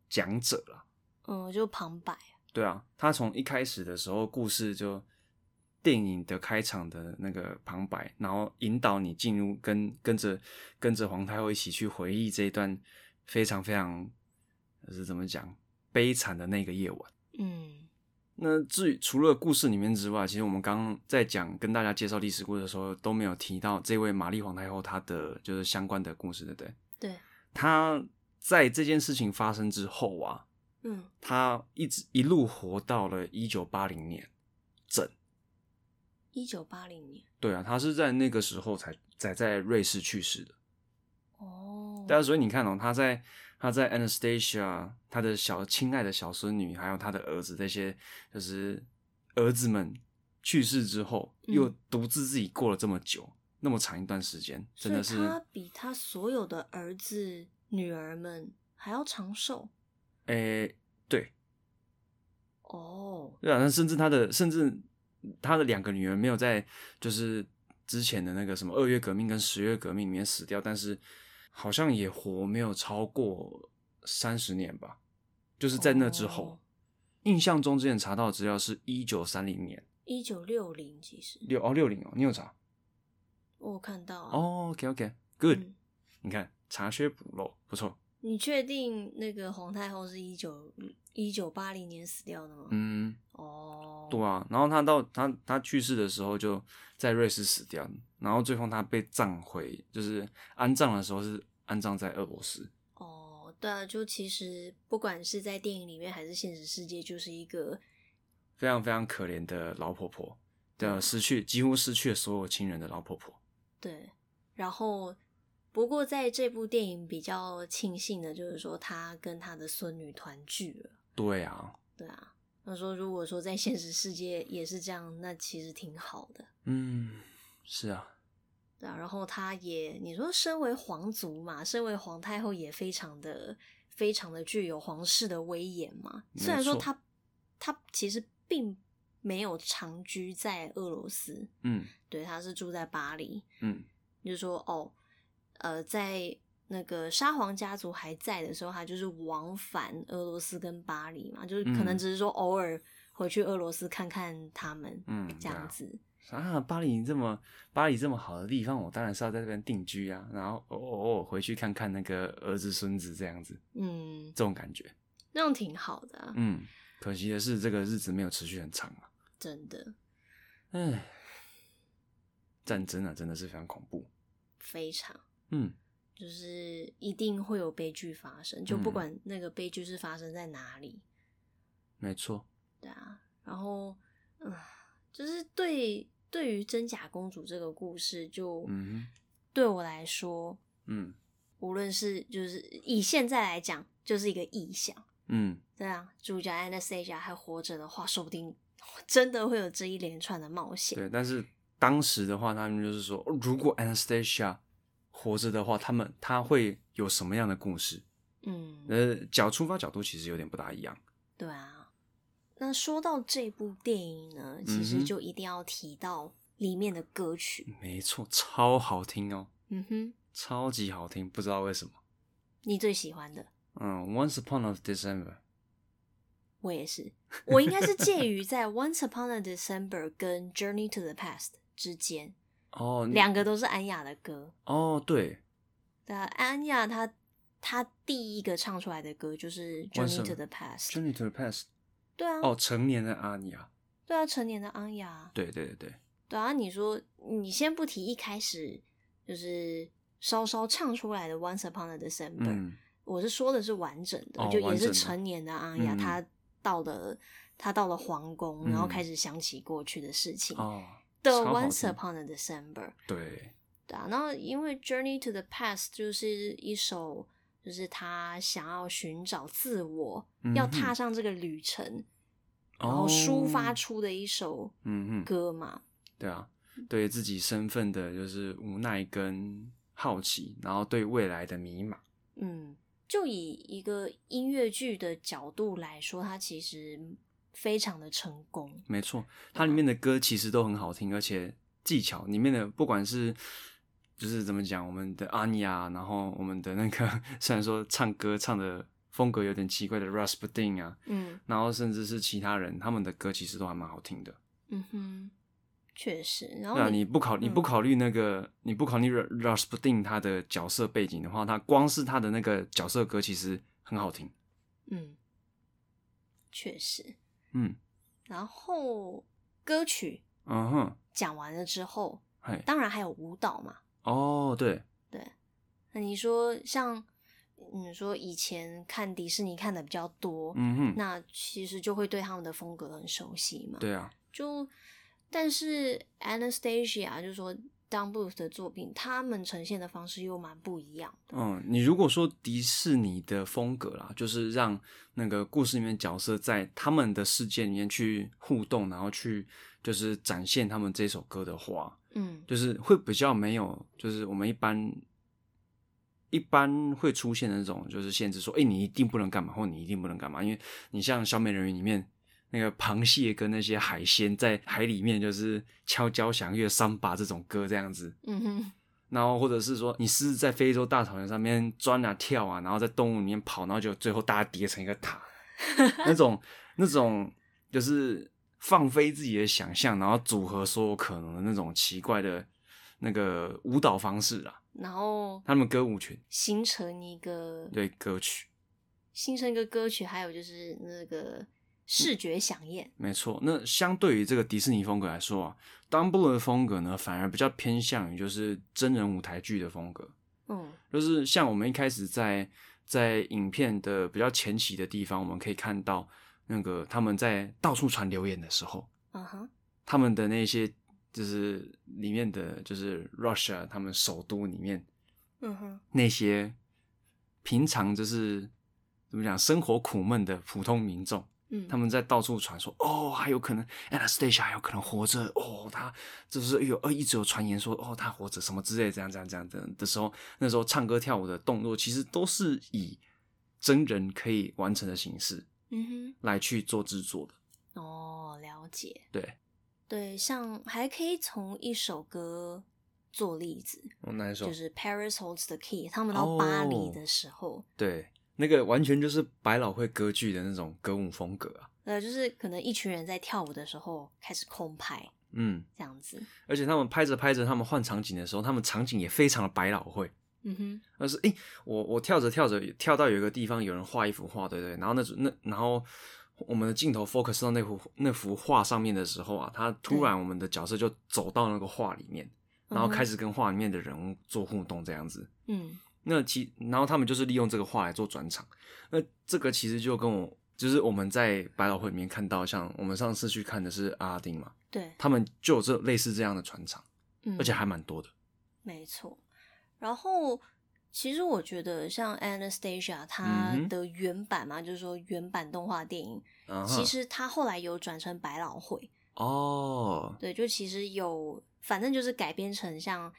讲者啦。
嗯，就旁白。
对啊，她从一开始的时候，故事就电影的开场的那个旁白，然后引导你进入跟跟着跟着皇太后一起去回忆这一段非常非常呃就是怎么讲悲惨的那个夜晚。
嗯
那至于除了故事里面之外，其实我们刚刚在讲跟大家介绍历史故事的时候，都没有提到这位玛丽皇太后她的就是相关的故事，对不对？，
对，
她在这件事情发生之后啊，
嗯，
她一直一路活到了一九八零年整。
一九八零年。
对啊，她是在那个时候才才在瑞士去世的。
哦，
但是所以你看哦，她在她在 Anastasia，她的小亲爱的小孙女，还有她的儿子这些，就是儿子们去世之后，
嗯
又独自自己过了这么久，那么长一段时间，真的是
所以，他比他所有的儿子女儿们还要长寿
诶、对，
哦。
对啊，那甚至他的甚至他的两个女儿没有在就是之前的那个什么二月革命跟十月革命里面死掉，但是好像也活没有超过三十年吧，就是在那之后，
哦
印象中之前查到的资料是一九三零年
一九六零，其实
六哦六零哦，你有查
我有看到啊、
哦？OK OK Good，、
嗯
你看查缺补漏，不错。
你确定那个皇太后是一九一九八零年死掉的吗？
嗯，
哦，
对啊。然后他到他他去世的时候就在瑞士死掉，然后最后他被葬回，就是安葬的时候是安葬在俄罗斯。
哦，对啊，就其实不管是在电影里面还是现实世界，就是一个
非常非常可怜的老婆婆，的失去几乎失去了所有亲人的老婆婆。
对。然后，不过在这部电影比较庆幸的就是说，他跟他的孙女团聚了。
对啊，
对啊，他说如果说在现实世界也是这样，那其实挺好的。
嗯，是啊，
对啊，然后他也，你说身为皇族嘛，身为皇太后也非常的、非常的具有皇室的威严嘛。
没
虽然说
错
他他其实并没有长居在俄罗斯，
嗯
对，他是住在巴黎。
嗯
就是说，哦，呃，在那个沙皇家族还在的时候，他就是往返俄罗斯跟巴黎嘛，就是可能
嗯
只是说偶尔回去俄罗斯看看他们，
嗯，
这
对啊
样子。
啊，巴黎这么巴黎这么好的地方，我当然是要在这边定居啊，然后偶偶尔回去看看那个儿子孙子这样子，
嗯，
这种感觉。
那样挺好的、啊，
嗯，可惜的是这个日子没有持续很长啊。
真的
唉，战争啊，真的是非常恐怖。
非常。
嗯，
就是一定会有悲剧发生，就不
嗯
管那个悲剧是发生在哪里，
没错。
对啊。然后，嗯，就是对对于真假公主这个故事就，
嗯
对我来说，
哼嗯
无论是就是以现在来讲，就是一个臆想。
嗯，
对啊，主角 Anastasia 还活着的话，说不定真的会有这一连串的冒险。
对。但是当时的话，他们就是说，哦如果 Anastasia 活着的话，他们他会有什么样的故事？
嗯，
呃，角出发角度其实有点不大一样。
对啊。那说到这部电影呢，其
嗯
实
哼
就一定要提到里面的歌曲。
没错，超好听哦，
嗯哼，
超级好听，不知道为什么。
你最喜欢的，
嗯，Once Upon a December，
我 也是。我应该是介于在 Once Upon a December 跟 Journey to the Past 之间，
哦，你
两个都是安雅的歌。
哦，对，
对啊，安雅她她第一个唱出来的歌就是《
为什么
Journey to the Past》。
Journey to the Past，
对啊，
哦，成年的阿尼亚，
对啊，成年的安雅。
对对对对，
对啊，你说你先不提一开始就是稍稍唱出来的《Once Upon a December、
嗯
我是说的是完整的，
哦
就也
完整
是
的
成年的安雅，
嗯
她到了她到了皇宫，
嗯
然后开始想起过去的事情。
哦，
的
超好
Once
听
Upon a December，
对，
对啊，然后因为 Journey to the Past 就是一首，就是他想要寻找自我，要
嗯哼
踏上这个旅程，然
哦
后抒发出的一首
嗯哼，
歌嘛，
对啊，对自己身份的就是无奈跟好奇，然后对未来的迷茫，
嗯，就以一个音乐剧的角度来说，它其实非常的成功，
没错，它里面的歌其实都很好听，而且技巧里面的不管是就是怎么讲，我们的阿尼亚，然后我们的那个 虽然说唱歌唱的风格有点奇怪的 Rasputin 啊，
嗯
然后甚至是其他人，他们的歌其实都还蛮好听的。
嗯哼，确实，然
对啊，
后嗯
你不考你不考虑那个，你不考虑 Rasputin 他的角色背景的话，他光是他的那个角色歌其实很好听。
嗯，确实，
嗯
然后歌曲
嗯哼，
讲完了之后，
嘿，
当然还有舞蹈嘛。
哦对，
那你说像你说以前看迪士尼看的比较多，
嗯哼，
那其实就会对他们的风格很熟悉嘛。
对啊，
就但是 Anastasia 就说 Don Bluth 的作品，他们呈现的方式又蛮不一样的。
嗯，你如果说迪士尼的风格啦，就是让那个故事里面角色在他们的世界里面去互动，然后去就是展现他们这首歌的话，
嗯
就是会比较没有，就是我们一般一般会出现的那种就是限制说，哎、你一定不能干嘛，或你一定不能干嘛，因为你像小美人鱼里面。那个螃蟹跟那些海鲜在海里面就是敲交响乐、桑巴这种歌这样子，
嗯哼，
然后或者是说你狮子在非洲大草原上面钻啊跳啊，然后在动物里面跑，然后就最后大家叠成一个塔，那种那种就是放飞自己的想象，然后组合所有可能的那种奇怪的那个舞蹈方式啊，
然后
他们歌舞群
形成一个
对歌曲，
形成一个歌曲，还有就是那个视
嗯
觉响宴。
没错。那相对于这个迪士尼风格来说啊，当布伦的风格呢，反而比较偏向于就是真人舞台剧的风格。
嗯
就是像我们一开始在在影片的比较前期的地方，我们可以看到那个他们在到处传留言的时候，
啊哈，
他们的那些就是里面的就是 Russia 他们首都里面
嗯哼，
那些平常就是怎么讲生活苦闷的普通民众，
嗯，
他们在到处传说，哦，还有可能 Anastasia 还有可能活着，哦，他就是有呃一直有传言说，哦，他活着什么之类，这样这样这样的的时候，那时候唱歌跳舞的动作其实都是以真人可以完成的形式
嗯
来去做制作的，
哼，哦，了解。
对，
对，像还可以从一首歌做例子，
我哦那一首
就是 Paris Holds the Key，他们到巴
哦
黎的时候，
对，那个完全就是百老汇歌剧的那种歌舞风格啊，
呃，就是可能一群人在跳舞的时候开始空拍
嗯，
这样子。
而且他们拍着拍着，他们换场景的时候，他们场景也非常的百老汇。
嗯哼，
但是诶、我我跳着跳着跳到有一个地方，有人画一幅画，对不对？然后那组那然后我们的镜头 focus 到那幅那幅画上面的时候啊，他突然我们的角色就走到那个画里面，然后开始跟画里面的人物做互动这样子。
嗯
那其然后他们就是利用这个画来做转场，那这个其实就跟我就是我们在百老汇里面看到，像我们上次去看的是阿丁嘛，
对，
他们就有这类似这样的转场，
嗯，
而且还蛮多的。
没错。然后其实我觉得像 Anastasia
嗯
它
哼
的原版嘛，就是说原版动画电影，
啊哈
其实它后来有转成百老汇，
哦，
对，就其实有，反正就是改编成像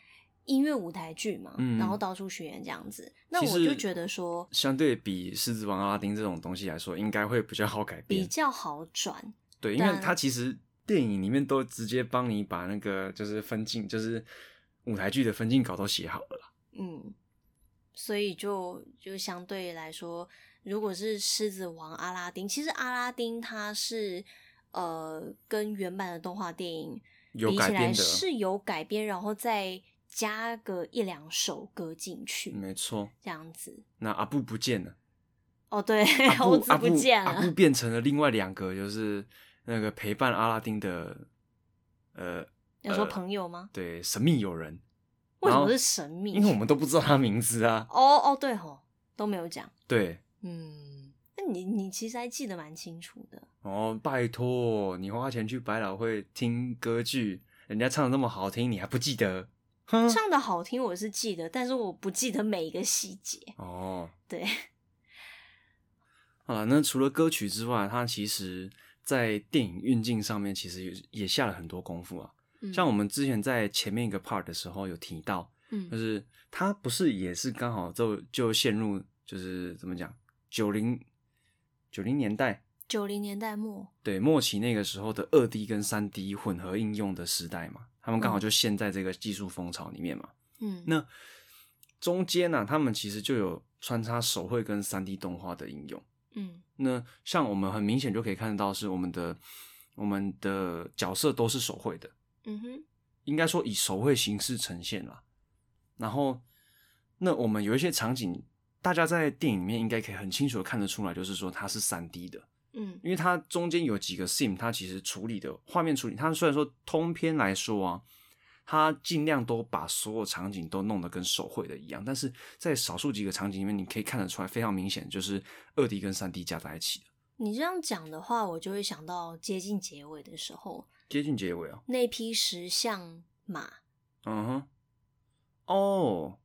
音乐舞台剧嘛，
嗯
然后到处巡演这样子。那
其
我
实
就觉得说
相对比《狮子王》《阿拉丁》这种东西来说，应该会比较好改
比
编。
较好转，
对，因
当
为
然
它其实电影里面都直接帮你把那个就是分镜，就是舞台剧的分镜稿都写好了啦。
嗯，所以就就相对来说，如果是狮子王、阿拉丁，其实阿拉丁它是呃跟原版的动画电影
有
比
改
起来
编的，
是有改编，然后再加个一两首歌进去、
没错。
这样子。
那阿布不见 了，
哦，对，
阿布
猴子
阿布
不见了，
阿布变成了另外两个，就是那个陪伴阿拉丁的，呃，
你说朋友吗？
对，神秘友人。
为什
然
么
后
是神秘？
因为我们都不知道他名字啊。
哦哦，对吼，都没有讲。
对，
嗯，那你你其实还记得蛮清楚的。
哦，拜托，你花钱去百老汇听歌剧，人家唱的那么好听，你还不记得？哼。
唱的好听我是记得，但是我不记得每一个细节。
哦，
对，
好了，那除了歌曲之外，它其实在电影运镜上面其实也也下了很多功夫啊。
嗯
像我们之前在前面一个 part 的时候有提到，就
嗯
是它不是也是刚好就就陷入就是怎么讲九零九零年代
九零年代末，
对末期那个时候的二 D 跟三 D 混合应用的时代嘛，他们刚好就陷在这个技术风潮里面嘛。
嗯，
那中间呢、他们其实就有穿插手绘跟三 D 动画的应用。
嗯
那像我们很明显就可以看到，是我们的我们的角色都是手绘的，
嗯哼，
应该说以手绘形式呈现啦。然后，那我们有一些场景，大家在电影里面应该可以很清楚的看得出来，就是说它是三 D 的，
嗯
因为它中间有几个 sim，它其实处理的画面处理，它虽然说通篇来说啊。它尽量都把所有场景都弄得跟手绘的一样，但是在少数几个场景里面，你可以看得出来，非常明显就是二 D 跟三 D 加在一起的，
你这样讲的话，我就会想到接近结尾的时候，
接近结尾啊。
那匹石像马，
嗯哼，哦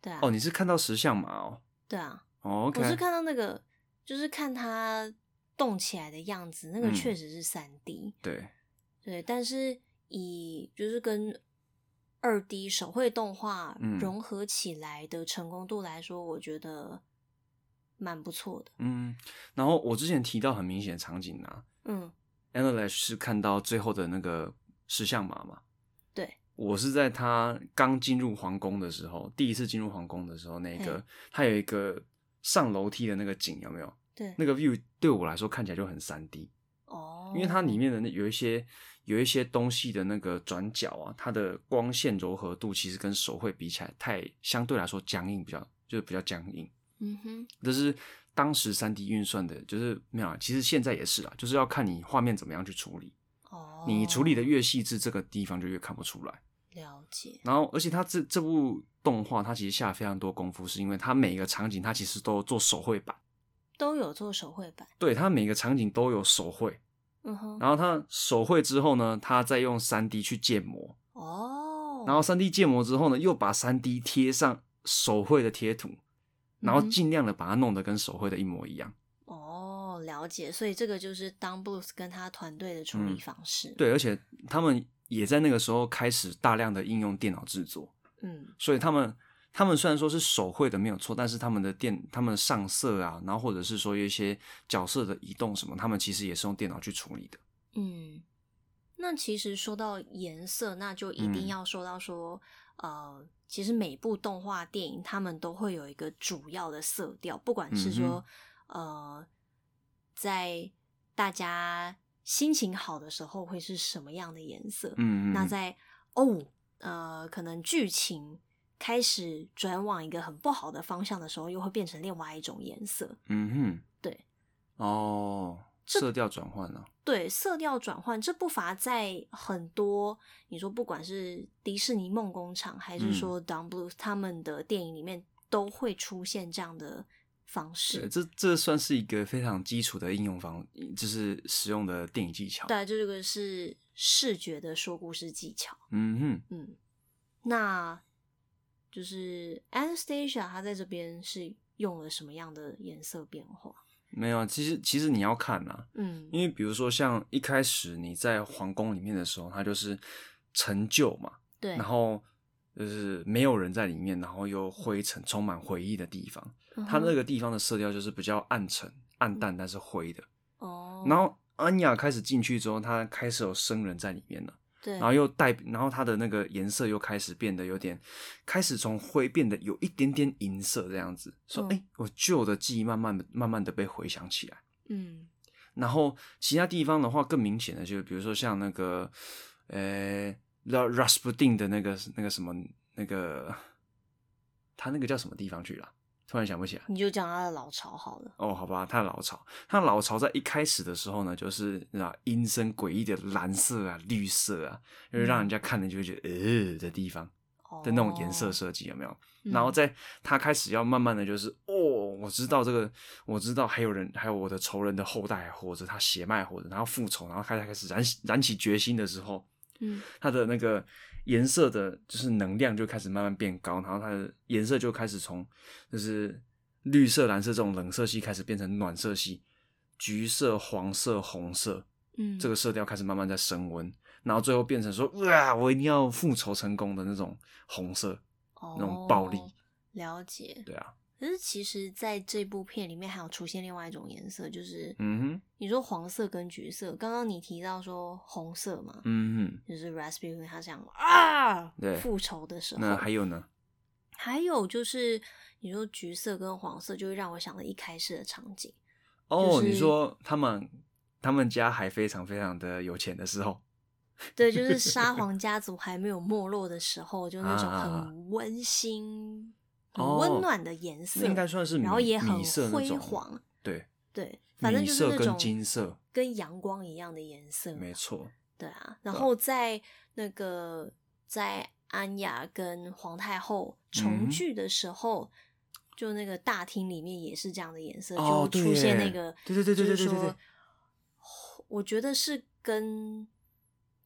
对啊，
哦，你是看到石像马哦
对啊，
哦，OK，
我是看到那个，就是看它动起来的样子，那个
嗯
确实是三 D，、
对，
对，但是以就是跟二 D 手绘动画
嗯
融合起来的成功度来说，我觉得蛮不错的。
嗯，然后我之前提到很明显的场景啊
嗯，
，Analyze 是看到最后的那个石像马嘛，
对，
我是在他刚进入皇宫的时候，第一次进入皇宫的时候，那个
嘿
他有一个上楼梯的那个景，有没有？
对，
那个 view 对我来说看起来就很三 D，
哦，
因为它里面的那有一些有一些东西的那个转角啊，它的光线柔和度其实跟手绘比起来太相对来说僵硬，比较就是比较僵硬。
嗯哼，
这是当时三 D 运算的，就是没有啊，其实现在也是啊，就是要看你画面怎么样去处理，
哦，
你处理的越细致，这个地方就越看不出来。
了解，
然后，而且它这这部动画，它其实下了非常多功夫，是因为它每个场景它其实都有做手绘版，
都有做手绘版，
对，它每个场景都有手绘。
嗯哼，
然后它手绘之后呢，它再用三 D 去建模，
哦，
然后三 D 建模之后呢，又把三 D 贴上手绘的贴图，然后
嗯哼
尽量的把它弄得跟手绘的一模一样。
哦，了解，所以这个就是 Don Bluth 跟他团队的处理
嗯
方式，，
对，而且他们也在那个时候开始大量的应用电脑制作，
嗯，
所以他们他们虽然说是手绘的没有错，但是他们的电他们的上色啊，然后或者是说有一些角色的移动什么，他们其实也是用电脑去处理的。
嗯，那其实说到颜色，那就一
嗯
定要说到说，呃，其实每部动画电影他们都会有一个主要的色调，不管
嗯
是说，呃，在大家心情好的时候会是什么样的颜色，
嗯，嗯
那
嗯
在哦，呃，可能剧情开始转往一个很不好的方向的时候，又会变成另外一种颜色。
嗯哼，
对
哦，色调转换呢、
对色调转换，这不乏在很多你说不管是迪士尼梦工厂，还是
嗯
说 Don Bluth 他们的电影里面，都会出现这样的方
对，
式。
这这算是一个非常基础的应用方，就是使用的电影技巧。
对，这个是视觉的说故事技巧。
嗯哼，
嗯，那就是 Anastasia 她在这边是用了什么样的颜色变化？
没有，啊，其实其实你要看啊，
嗯
因为比如说像一开始你在皇宫里面的时候，它就是陈旧嘛，
对，
然后就是没有人在里面，然后又灰尘，充满回忆的地方。
嗯
它那
哼
个地方的色调就是比较暗沉、暗淡，但是灰的。
哦，
然后安雅开始进去之后，她开始有生人在里面了，
对，
然后又带，然后她的那个颜色又开始变得有点，开始从灰变得有一点点银色这样子。说，
嗯
哎、我旧的记忆慢慢的、慢慢的被回想起来。
嗯
然后其他地方的话，更明显的就是，比如说像那个，呃拉 r a s p u t i n 的那个那个什么那个，他那个叫什么地方去了？突然想不起来。
你就讲他的老巢好了。
哦，好吧，他的老巢，他的老巢在一开始的时候呢，就是啊阴森诡异的蓝色啊、绿色啊，就是让人家看了就会觉得呃的地方
哦
的那种颜色设计有没有？
嗯
然后在他开始要慢慢的就是，哦，我知道这个，我知道还有人，还有我的仇人的后代还活着，他血脉活着，然后复仇，然后开始开始燃起燃起决心的时候，
嗯
它的那个颜色的，就是能量就开始慢慢变高，然后它的颜色就开始从就是绿色、蓝色这种冷色系开始变成暖色系，橘色、黄色、红色，
嗯，
这个色调开始慢慢在升温，然后最后变成说，哇，我一定要复仇成功的那种红色，那种暴力
哦了解。
对啊，
可是其实在这部片里面还有出现另外一种颜色，就是
嗯哼，
你说黄色跟橘色，刚刚你提到说红色嘛，
嗯哼。
就是 Rasputin 他想啊
对
复仇的时候，
那还有呢？
还有就是你说橘色跟黄色，就会让我想到一开始的场景。
哦，
就是
你说他们他们家还非常非常的有钱的时候，
对，就是沙皇家族还没有没落的时候，就那种
啊
很温馨、很
哦
温暖的颜色，
那应该算是米
然后也很
米色那
辉
种
煌，
对，
对，反正就是
米
那
色跟
种
金色，
跟阳光一样的颜色，
没，错，
对啊。然后在那个在安雅跟皇太后重
嗯
聚的时候。就那个大厅里面也是这样的颜色，
哦
就
对
出现那
耶
个，
对对对对
就是
对对对
说
对
我觉得是跟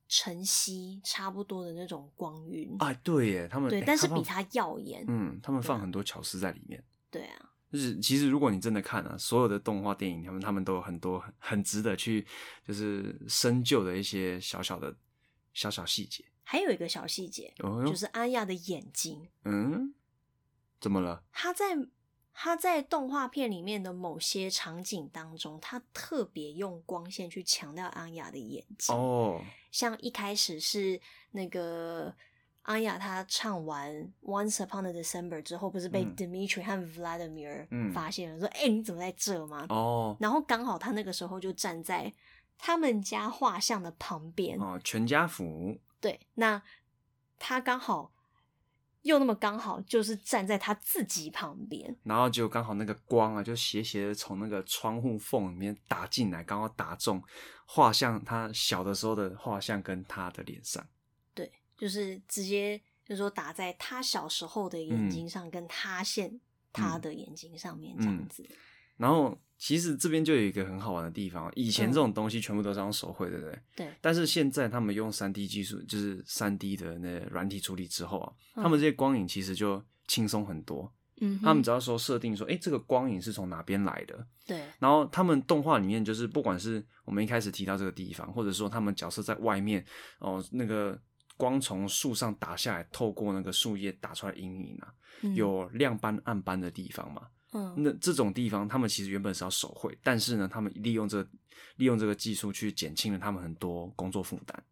晨曦差不多的那种光晕，
啊，对耶，他们
对，
哎
但是
他们
比啊它耀眼。
嗯，他们放很多巧思在里面。
对啊，
就是其实如果你真的看啊，所有的动画电影，他们他们都有很多很很值得去就是深究的一些小小的小小细节。
还有一个小细节，
哦
就
哟，
是安雅的眼睛，
嗯，怎么了？
她在她在动画片里面的某些场景当中，她特别用光线去强调安雅的眼睛。
哦，
像一开始是那个安雅，她唱完《Once Upon a December》之后，不是被
嗯
Dimitri 和 Vladimir
嗯
发现了，说：“哎、你怎么在这吗？”
哦，
然后刚好她那个时候就站在他们家画像的旁边，
哦，全家福。
对，那她刚好又那么刚好就是站在她自己旁边，
然后就刚好那个光啊，就斜斜的从那个窗户缝里面打进来，刚好打中画像，他小的时候的画像跟他的脸上。
对，就是直接就是说打在她小时候的眼睛上，跟她现她的眼睛上面这样
嗯嗯
子，
然后其实这边就有一个很好玩的地方，啊以前
嗯
这种东西全部都是用手绘，对不对？
对，
但是现在他们用三 D 技术，就是三 D 的那软体处理之后啊，
嗯
他们这些光影其实就轻松很多。
嗯哼，
他们只要说设定说，哎、这个光影是从哪边来的，
对。
然后他们动画里面就是，不管是我们一开始提到这个地方，或者说他们角色在外面哦、那个光从树上打下来，透过那个树叶打出来阴影啊，
嗯
有亮斑暗斑的地方嘛。
嗯
那这种地方，他们其实原本是要手绘，但是呢，他们利用这利用这个技术去减轻了他们很多工作负担。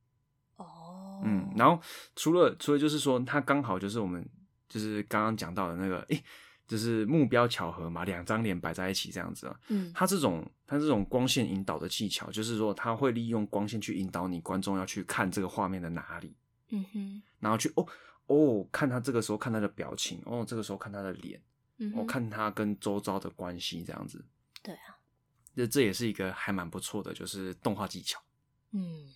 哦，
嗯，然后除了除了就是说，它刚好就是我们就是刚刚讲到的那个，诶、就是目标巧合嘛，两张脸摆在一起这样子啊。
嗯
它这种它这种光线引导的技巧，就是说它会利用光线去引导你观众要去看这个画面的哪里，
嗯哼，
然后去哦哦看他这个时候看他的表情，哦这个时候看他的脸，
嗯
我、
哼
看他跟周遭的关系这样子。
对
啊，这这也是一个还蛮不错的，就是动画技巧。
嗯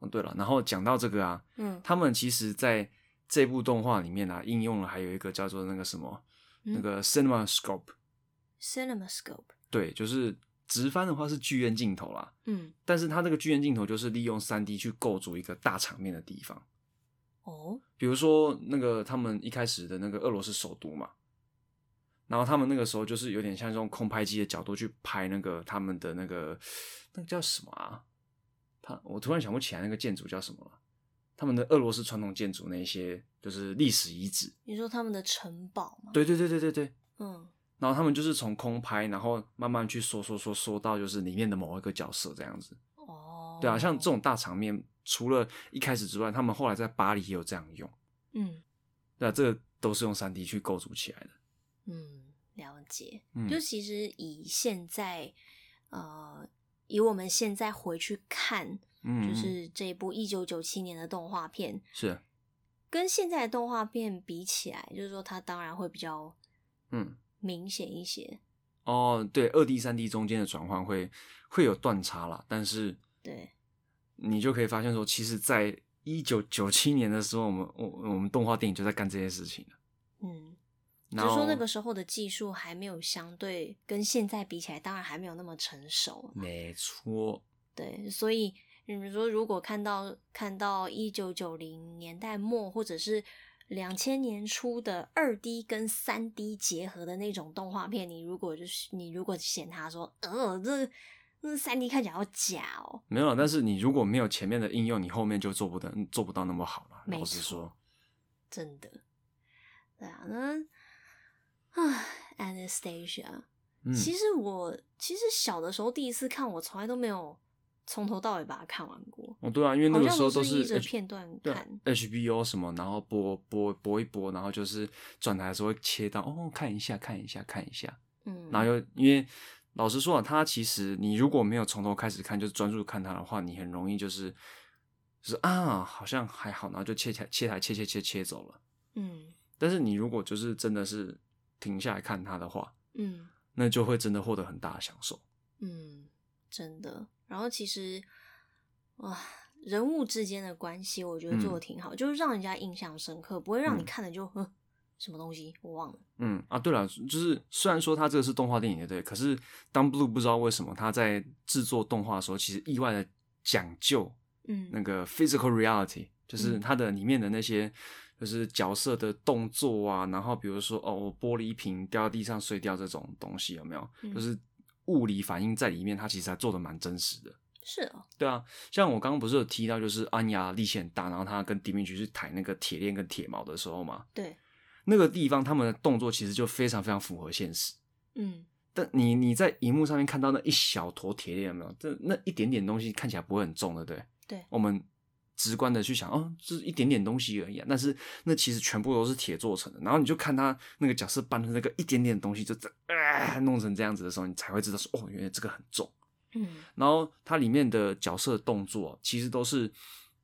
哦，对了，然后讲到这个啊，
嗯
他们其实在这部动画里面啊，应用了还有一个叫做那个什么、
嗯
那个 cinema scope，
，CinemaScope，
对，就是直翻的话是剧院镜头啦。
嗯
但是它这个剧院镜头就是利用三 D 去构筑一个大场面的地方，
哦，
比如说那个他们一开始的那个俄罗斯首都嘛，然后他们那个时候就是有点像这种空拍机的角度去拍那个他们的那个那个叫什么啊？他我突然想不起来那个建筑叫什么了。他们的俄罗斯传统建筑那一些就是历史遗址，
你说他们的城堡吗？，
对对对对对对。
嗯
然后他们就是从空拍，然后慢慢去说说说说到就是里面的某一个角色这样子。
哦，
对啊，像这，种大场面，除了一开始之外，他们后来在巴黎也有这样用。
嗯
对啊，这个都是用三 D 去构筑起来的。
嗯，了解。
嗯
就其实以现在，呃，以我们现在回去看，
嗯，
就
嗯
是这一部一九九七年的动画片，
是，
跟现在的动画片比起来，就是说它当然会比较
嗯，
明显一些。
哦，对，二 D、三 D 中间的转换会会有断差啦，但是
对，
你就可以发现说，其实，在一九九七年的时候，我们我我们动画电影就在干这些事情了。
嗯，只
然
是
后
说那个时候的技术还没有相对跟现在比起来，当然还没有那么成熟。
没错，
对，所以嗯你们说如果看到看到一九九零年代末或者是两千年初的二 D 跟三 D 结合的那种动画片，你如果就是你如果嫌它说，呃，这那三 D 看起来好假哦，
没有啦，但是你如果没有前面的应用，你后面就做不得做不到那么好了。
没
老实
错
说，
真的。对啊，那啊，Anastasia，
嗯，
其实我其实小的时候第一次看，我从来都没有从头到尾把它看完过，
哦，对啊，因为那个时候
好像都
都
是依
是
着
H-
片段
对啊
看。
HBO 什么，然后播播播一播，然后就是转台的时候会切到哦，看一下看一下看一下，
嗯，
然后又因为老实说啊，它其实你如果没有从头开始看，就是专注看它的话，你很容易就是就是啊，好像还好，然后就切台切台切切切切走了。
嗯
但是你如果就是真的是停下来看它的话，
嗯
那就会真的获得很大的享受。
嗯，真的。然后其实哇，人物之间的关系，我觉得做的
嗯
挺好，就是让人家印象深刻，不会让你
嗯
看了就哼、什么东西我忘了。
嗯啊，对了，就是虽然说它这个是动画电影，对，可是当 Blue 不知道为什么他在制作动画的时候，其实意外的讲究
嗯
那个 physical reality，就是
嗯
它的里面的那些就是角色的动作啊，然后比如说哦玻璃瓶掉到地上碎掉这种东西有没有？
嗯
就是物理反应在里面，它其实还做的蛮真实的。
是哦，
对啊，像我刚刚不是有提到，就是安雅力气很大，然后她跟迪米奇去抬那个铁链跟铁锚的时候嘛，
对，
那个地方他们的动作其实就非常非常符合现实。
嗯
但你你在荧幕上面看到那一小坨铁链，有没有？这那一点点东西看起来不会很重，对不对？
对
我们直观的去想，哦，这是一点点东西而已、啊，但是那其实全部都是铁做成的。然后你就看他那个角色搬的那个一点点东西就，这啊、弄成这样子的时候，你才会知道说，哦，原来这个很重。
嗯
然后它里面的角色动作其实都是，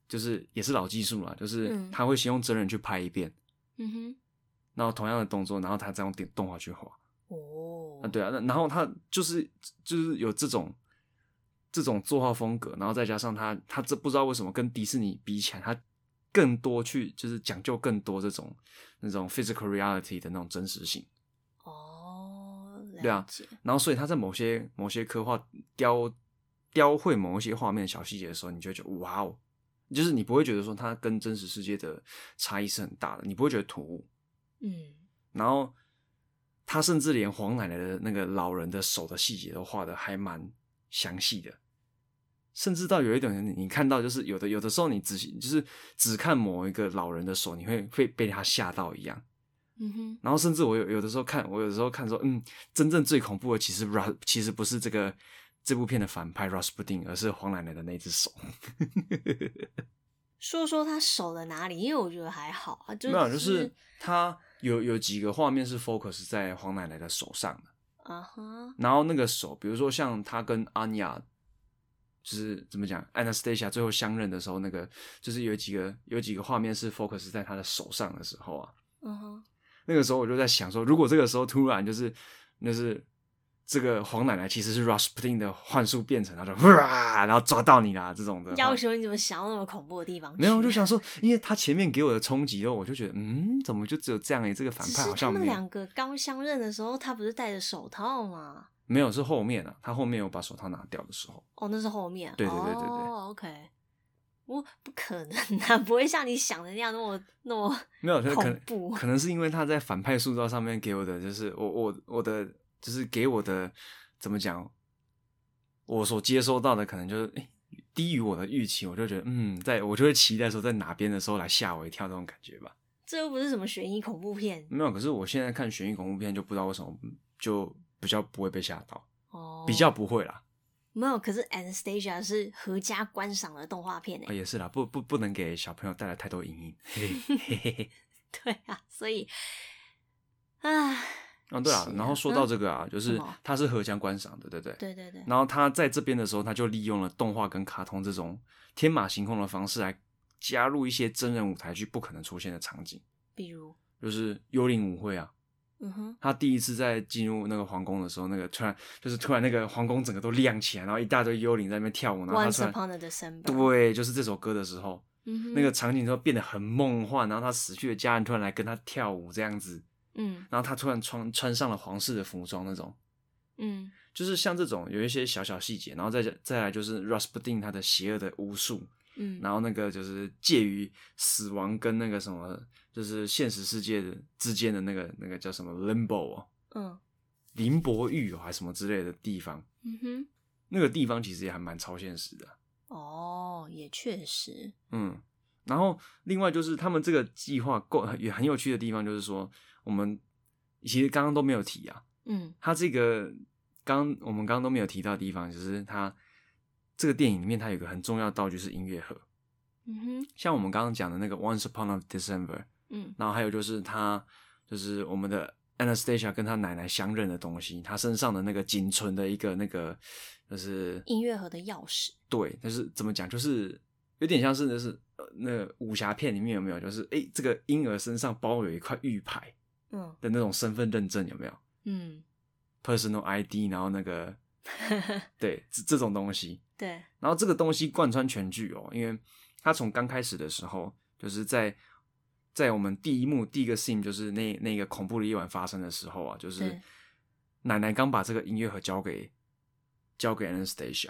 就是也是老技术啦，就是
嗯
他会先用真人去拍一遍，
嗯哼，
然后同样的动作，然后他再用电动画去画。
哦，
啊，对啊，那然后他就是就是有这种这种作画风格，然后再加上他他这不知道为什么跟迪士尼比起来，他更多去就是讲究更多这种那种 physical reality 的那种真实性，
哦，了
对啊
解，
然后所以他在某些某些刻画雕雕绘某一些画面的小细节的时候，你就会觉得哇哦，就是你不会觉得说它跟真实世界的差异是很大的，你不会觉得突兀，
嗯
然后他甚至连黄奶奶的那个老人的手的细节都画的还蛮详细的，甚至到有一点你看到就是有的有的时候你仔细就是只看某一个老人的手，你会会被他吓到一样。
嗯哼，
然后甚至我有有的时候看，我有的时候看说，嗯，真正最恐怖的其实 Ras 其实不是这个这部片的反派 Rasputin，而是黄奶奶的那只手。
说说他手的哪里，因为我觉得还好啊，就
没有，就
只
是他有有几个画面是 focus 在黄奶奶的手上的。
啊哈，
然后那个手，比如说像他跟安雅，就是怎么讲，Anastasia 最后相认的时候，那个就是有几个有几个画面是 focus 在他的手上的时候啊，
嗯哼，
那个时候我就在想说，如果这个时候突然就是就是这个黄奶奶其实是 Rasputin 的幻术变成，他就哇，然后抓到你啦这种的话，
要求你怎么想到那么恐怖的地方去？
啊没有，我就想说，因为他前面给我的冲击哦，我就觉得嗯，怎么就只有这样诶、这个反
只
派
是
好
他
像
们
没有
两个刚相认的时候，他不是戴着手套吗？
没有是后面啊，他后面有把手套拿掉的时候。
哦，那是后面。
对对对对对
哦，OK。我不可能啊，不会像你想的那样那么那么
没有，就是可
恐怖
能可能是因为他在反派塑造上面给我的，就是我我我的就是给我的怎么讲，我所接收到的可能就是诶低于我的预期，我就觉得嗯，在我就会期待说在哪边的时候来吓我一跳这种感觉吧。
这又不是什么悬疑恐怖片
没有，可是我现在看悬疑恐怖片就不知道为什么嗯就比较不会被吓到，
哦，
比较不会啦，
没有。可是 Anastasia 是合家观赏的动画片欸
啊
诶，
也是啦，不不不能给小朋友带来太多阴影。嘿嘿嘿嘿嘿。
对啊，所以啊，
哦，对啊
是，啊嗯
然后说到这个啊，就
什
是
么
它是合家观赏的，对不对？
对对对，
然后他在这边的时候，他就利用了动画跟卡通这种天马行空的方式来加入一些真人舞台剧不可能出现的场景，
比如，
就是幽灵舞会啊。
嗯哼，
他第一次在进入那个皇宫的时候，那个突然就是突然那个皇宫整个都亮起来，然后一大堆幽灵在那边跳舞，然后他
Once
突然
Upon a December
对，就是这首歌的时候，
嗯哼，
那个场景就变得很梦幻，然后他死去的家人突然来跟他跳舞这样子，
嗯
然后他突然穿穿上了皇室的服装那种，
嗯
就是像这种有一些小小细节，然后再再来就是 Rasputin 他的邪恶的巫术，
嗯，
然后那个就是介于死亡跟那个什么，就是现实世界的之间的那个那个叫什么 limbo 哦，
嗯
林伯狱哦，还是什么之类的地方，
嗯哼，
那个地方其实也还蛮超现实的，
哦，也确实，
嗯。然后另外就是他们这个计划够也很有趣的地方，就是说我们其实刚刚都没有提啊，
嗯
他这个刚我们刚刚都没有提到的地方，就是他这个电影里面它有一个很重要的道具是音乐盒，
嗯哼，
像我们刚刚讲的那个 Once Upon a December，
嗯
然后还有就是他就是我们的 Anastasia 跟他奶奶相认的东西，他身上的那个仅存的一个那个就是
音乐盒的钥匙，
对，但是怎么讲，就是有点像是就是呃那个武侠片里面有没有，就是诶这个婴儿身上包有一块玉牌
嗯
的那种身份认证有没有
嗯，
？Personal ID，然后那 个对这这种东西，
对，
然后这个东西贯穿全剧哦，因为他从刚开始的时候，就是在在我们第一幕第一个 scene 就是那那个恐怖的夜晚发生的时候啊，就是
对
奶奶刚把这个音乐盒交给交给 Anastasia，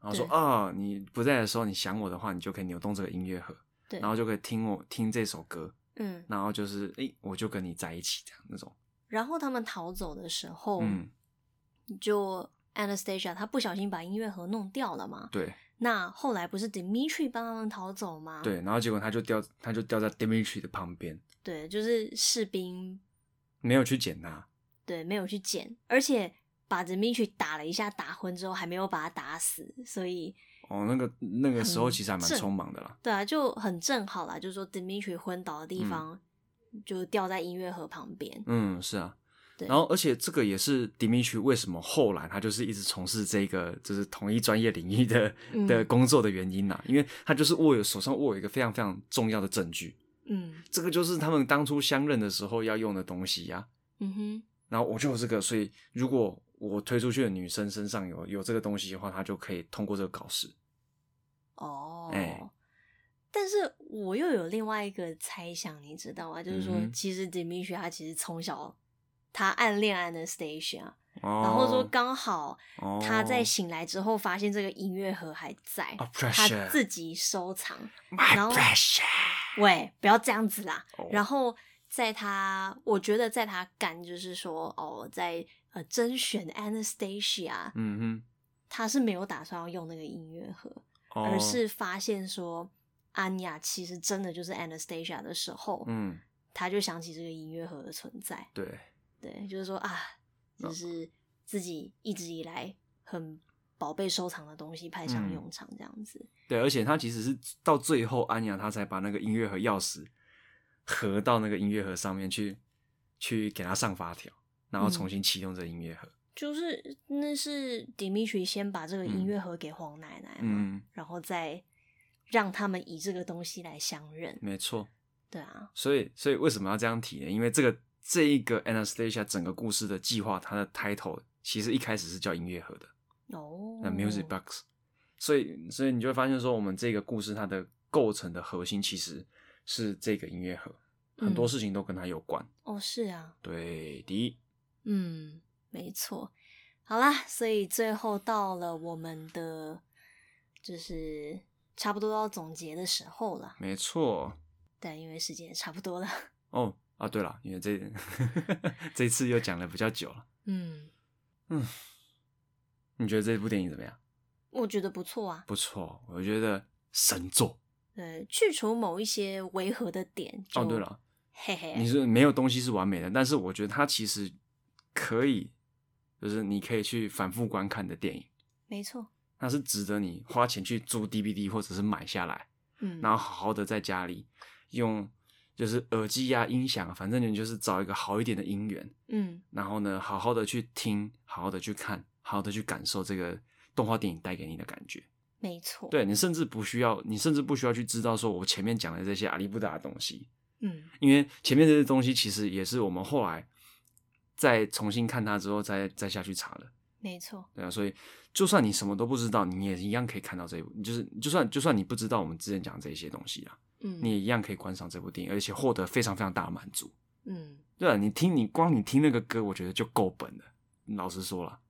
然后说啊、你不在的时候，你想我的话，你就可以扭动这个音乐盒，
对
然后就可以听我听这首歌，
嗯，
然后就是诶、我就跟你在一起这样那种，
然后他们逃走的时候，
嗯，
就 Anastasia 她不小心把音乐盒弄掉了嘛。
对
那后来不是 Dimitri 帮他们逃走吗？
对，然后结果他就掉，他就掉在 Dimitri 的旁边，
对，就是士兵
没有去捡他，
对没有去捡，而且把 Dimitri 打了一下，打昏之后还没有把他打死，所以
哦，那个那个时候
很
其实还蛮
正
匆忙的啦，
对啊，就很正好啦，就是说 Dimitri 昏倒的地方、就掉在音乐盒旁边。
嗯，是啊。
对
然后，而且这个也是 Dimitri 为什么后来他就是一直从事这个就是同一专业领域的
嗯
的工作的原因啦、因为他就是握有手上握有一个非常非常重要的证据，
嗯
这个就是他们当初相认的时候要用的东西呀、
嗯哼，
然后我就有这个，所以如果我推出去的女生身上有有这个东西的话，她就可以通过这个考试。
哦，
哎
但是我又有另外一个猜想，你知道吗？就是说
嗯，哼
其实 Dimitri 他其实从小他暗恋 Anastasia，、
哦，
然后说刚好
哦
他在醒来之后发现这个音乐盒还在，
哦
他
，pressure，
自己收藏。
my
然后
pressure，
喂，不要这样子啦。
哦
然后在他，我觉得在他干，就是说，哦，在呃甄选 Anastasia，
嗯
他是没有打算要用那个音乐盒，
哼，哦
而是发现说安雅其实真的就是 Anastasia 的时候，
嗯，
他就想起这个音乐盒的存在。
对，
对，就是说啊，
那
就是自己一直以来很宝贝收藏的东西派上
嗯
用场这样子。
对，而且他其实是到最后安雅她才把那个音乐盒钥匙合到那个音乐盒上面去，去给他上发条，然后
嗯
重新启动这个音乐盒。
就是那是 Dimitri 先把这个音
嗯
乐盒给黄奶奶嘛，
嗯，
然后再让他们以这个东西来相认。
没错。
对啊，
所以，所以为什么要这样提呢？因为这个这一个 Anastasia 整个故事的计划，它的 title 其实一开始是叫音乐盒的，
哦，
那 Music Box。所以，所以你就会发现说，我们这个故事它的构成的核心其实是这个音乐盒，很多
嗯
事情都跟它有关。
哦，是啊，
对，第一，
嗯，没错。好啦，所以最后到了我们的就是差不多要总结的时候了，
没错。
对，因为时间也差不多了。
哦啊，对了，因为这 这次又讲的比较久了，
嗯，
你觉得这部电影怎么样？
我觉得不错啊。
不错，我觉得神作。
呃，去除某一些违和的点。
哦，
就
对，了，
嘿嘿，
你是没有东西是完美的，但是我觉得它其实可以，就是你可以去反复观看的电影，
没错。
它是值得你花钱去租 DVD 或者是买下来，
嗯，
然后好好的在家里用就是耳机呀、音响啊，反正你就是找一个好一点的音源，
嗯
然后呢，好好的去听，好好的去看，好好的去感受这个动画电影带给你的感觉。
没错。，
对你甚至不需要，你甚至不需要去知道说我前面讲的这些阿里不达的东西，
嗯
因为前面这些东西其实也是我们后来再重新看它之后再再下去查的。
没错。
对啊，所以就算你什么都不知道，你也一样可以看到这一部，就是就算就算你不知道我们之前讲这些东西啊，
嗯，
你也一样可以观赏这部电影，而且获得非常非常大的满足。
嗯，
对啊，你听你光你听那个歌，我觉得就够本了。老实说了，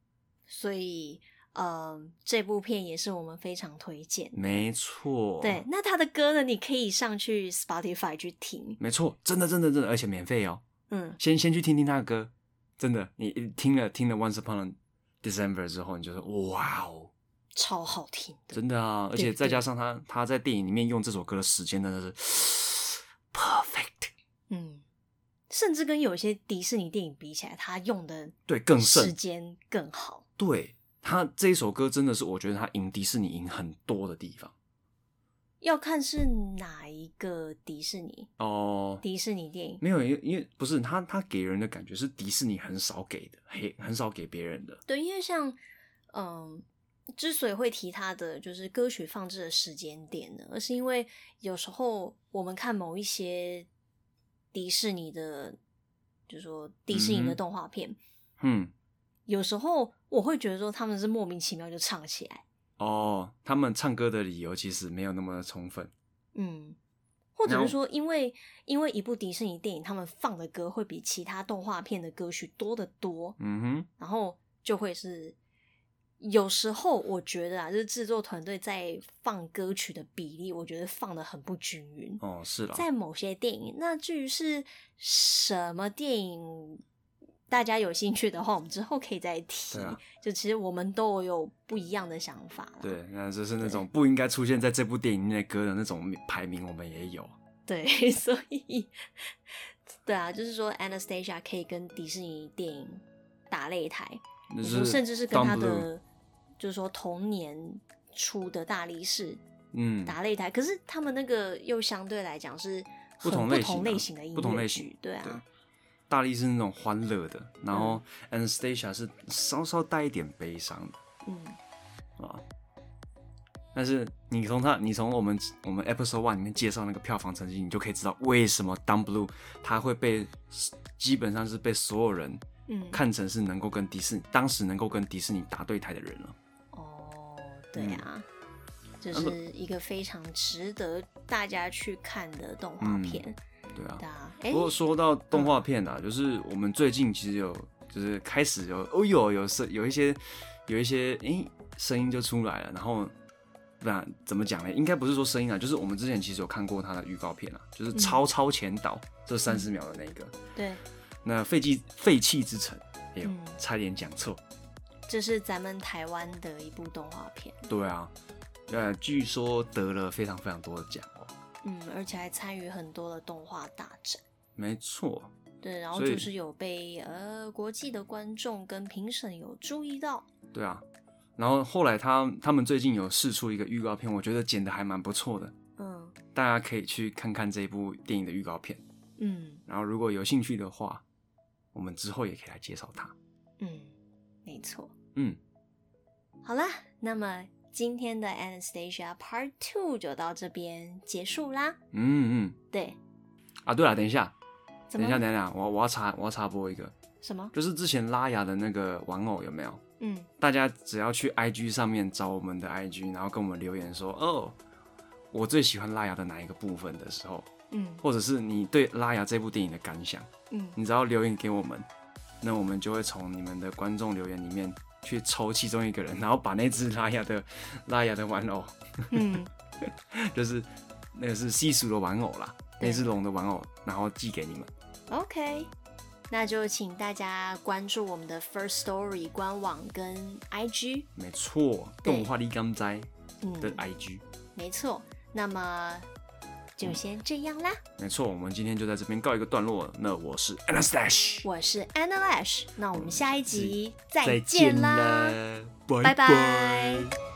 所以呃，这部片也是我们非常推荐。
没错，
对，，那他的歌呢，你可以上去 Spotify 去听。
没错，真的真的真的，而且免费哦。
嗯，
先先去听听他的歌，真的，你一听了听了 Once Upon a December 之后，你就说哇哦，
超好听的。
真的啊！而
对
且再
对
加上他他在电影里面用这首歌的时间真的是 perfect，
嗯，甚至跟有些迪士尼电影比起来，他用的
对，更
时
胜，
间更好。
对他这一首歌真的是我觉得他赢迪士尼赢很多的地方
要看是哪一个迪士尼
哦。
迪士尼电影。
没有，因为因为不是他，他给人的感觉是迪士尼很少给的，很很少给别人的。
对，因为像嗯，之所以会提它的就是歌曲放置的时间点呢，而是因为有时候我们看某一些迪士尼的，就是说迪士尼
嗯
的
哼
动画片，
嗯，
有时候我会觉得说他们是莫名其妙就唱起来，
哦，他们唱歌的理由其实没有那么充分。
嗯。或者
然
是
后
说，因为因为一部迪士尼电影，他们放的歌会比其他动画片的歌曲多得多，
嗯哼，
然后就会是有时候我觉得啊，就是制作团队在放歌曲的比例，我觉得放的很不均匀。
哦，是啦，
在某些电影，那至于是什么电影，大家有兴趣的话，我们之后可以再提。
对啊
就其实我们都有不一样的想法啦。
对，那就是那种不应该出现在这部电影内的歌的那种排名，我们也有。
对， 所以对啊，就是说 Anastasia 可以跟迪士尼电影打擂台，
那
我
是
们甚至是跟他
Don Bluth
的，就是说同年出的大力士
嗯，
打擂台，可是他们那个又相对来讲是
不
很
同
不
类型
同
的啊
类型的音
不同
乐
类型
剧，对啊，
对大力是那种欢乐的，然后 Anastasia 是稍稍带一点悲伤的。
嗯，
但是你从他，你从我们我们 Episode One 里面介绍那个票房成绩，你就可以知道为什么 Down Blue 它会被基本上是被所有人
嗯
看成是能够跟迪士尼当时能够跟迪士尼打对台的人了。
哦，对
嗯
啊，这、
那么
是一个非常值得大家去看的动画
嗯
片，
对啊
对。啊，哎、
不过说到动画片啊，就是我们最近其实有就是开始有哦有有声有一些有一些诶声音就出来了，然后那怎么讲呢？应该不是说声音啊，就是我们之前其实有看过它的预告片啊，就是
嗯
超超前导这三十秒的那个，
对，
那废弃废弃之城，哎呦
嗯，
差点讲错，
这是咱们台湾的一部动画片，
对啊，呃，据说得了非常非常多的奖哦，
嗯，而且还参与很多的动画大展。
没错，
对，然后
所以
就是有被呃国际的观众跟评审有注意到，
对啊，然后后来他他们最近有试出一个预告片，我觉得剪的还蛮不错的。
嗯
大家可以去看看这一部电影的预告片，
嗯
然后如果有兴趣的话，我们之后也可以来介绍它。
嗯，没错。
嗯，
好啦，那么今天的 Anastasia Part Two 就到这边结束啦。
嗯嗯
对，
啊，对了，等一下，
怎
等
么
一下，等一下，我我要插我要插播一个，
什么？
就是之前拉雅的那个玩偶有没有？
嗯，
大家只要去 IG 上面找我们的 IG，然后跟我们留言说，哦，我最喜欢拉雅的哪一个部分的时候，
嗯
或者是你对拉雅这部电影的感想，
嗯，
你只要留言给我们，那我们就会从你们的观众留言里面去抽其中一个人，然后把那只拉雅的 拉雅的玩偶，
嗯，
就是那个是西俗的玩偶啦，
对
那只龙的玩偶，然后寄给你们。
OK，那就请大家关注我们的 First Story 官网跟 IG。
没错，
对
动画力刚哉的
嗯，
IG。
没错。那么就
嗯
先这样啦。
没错，我们今天就在这边告一个段落了。那我是 Anastash，
我是 Anna Lash，那我们下一集再
再
见
见
啦。
啦，拜
拜拜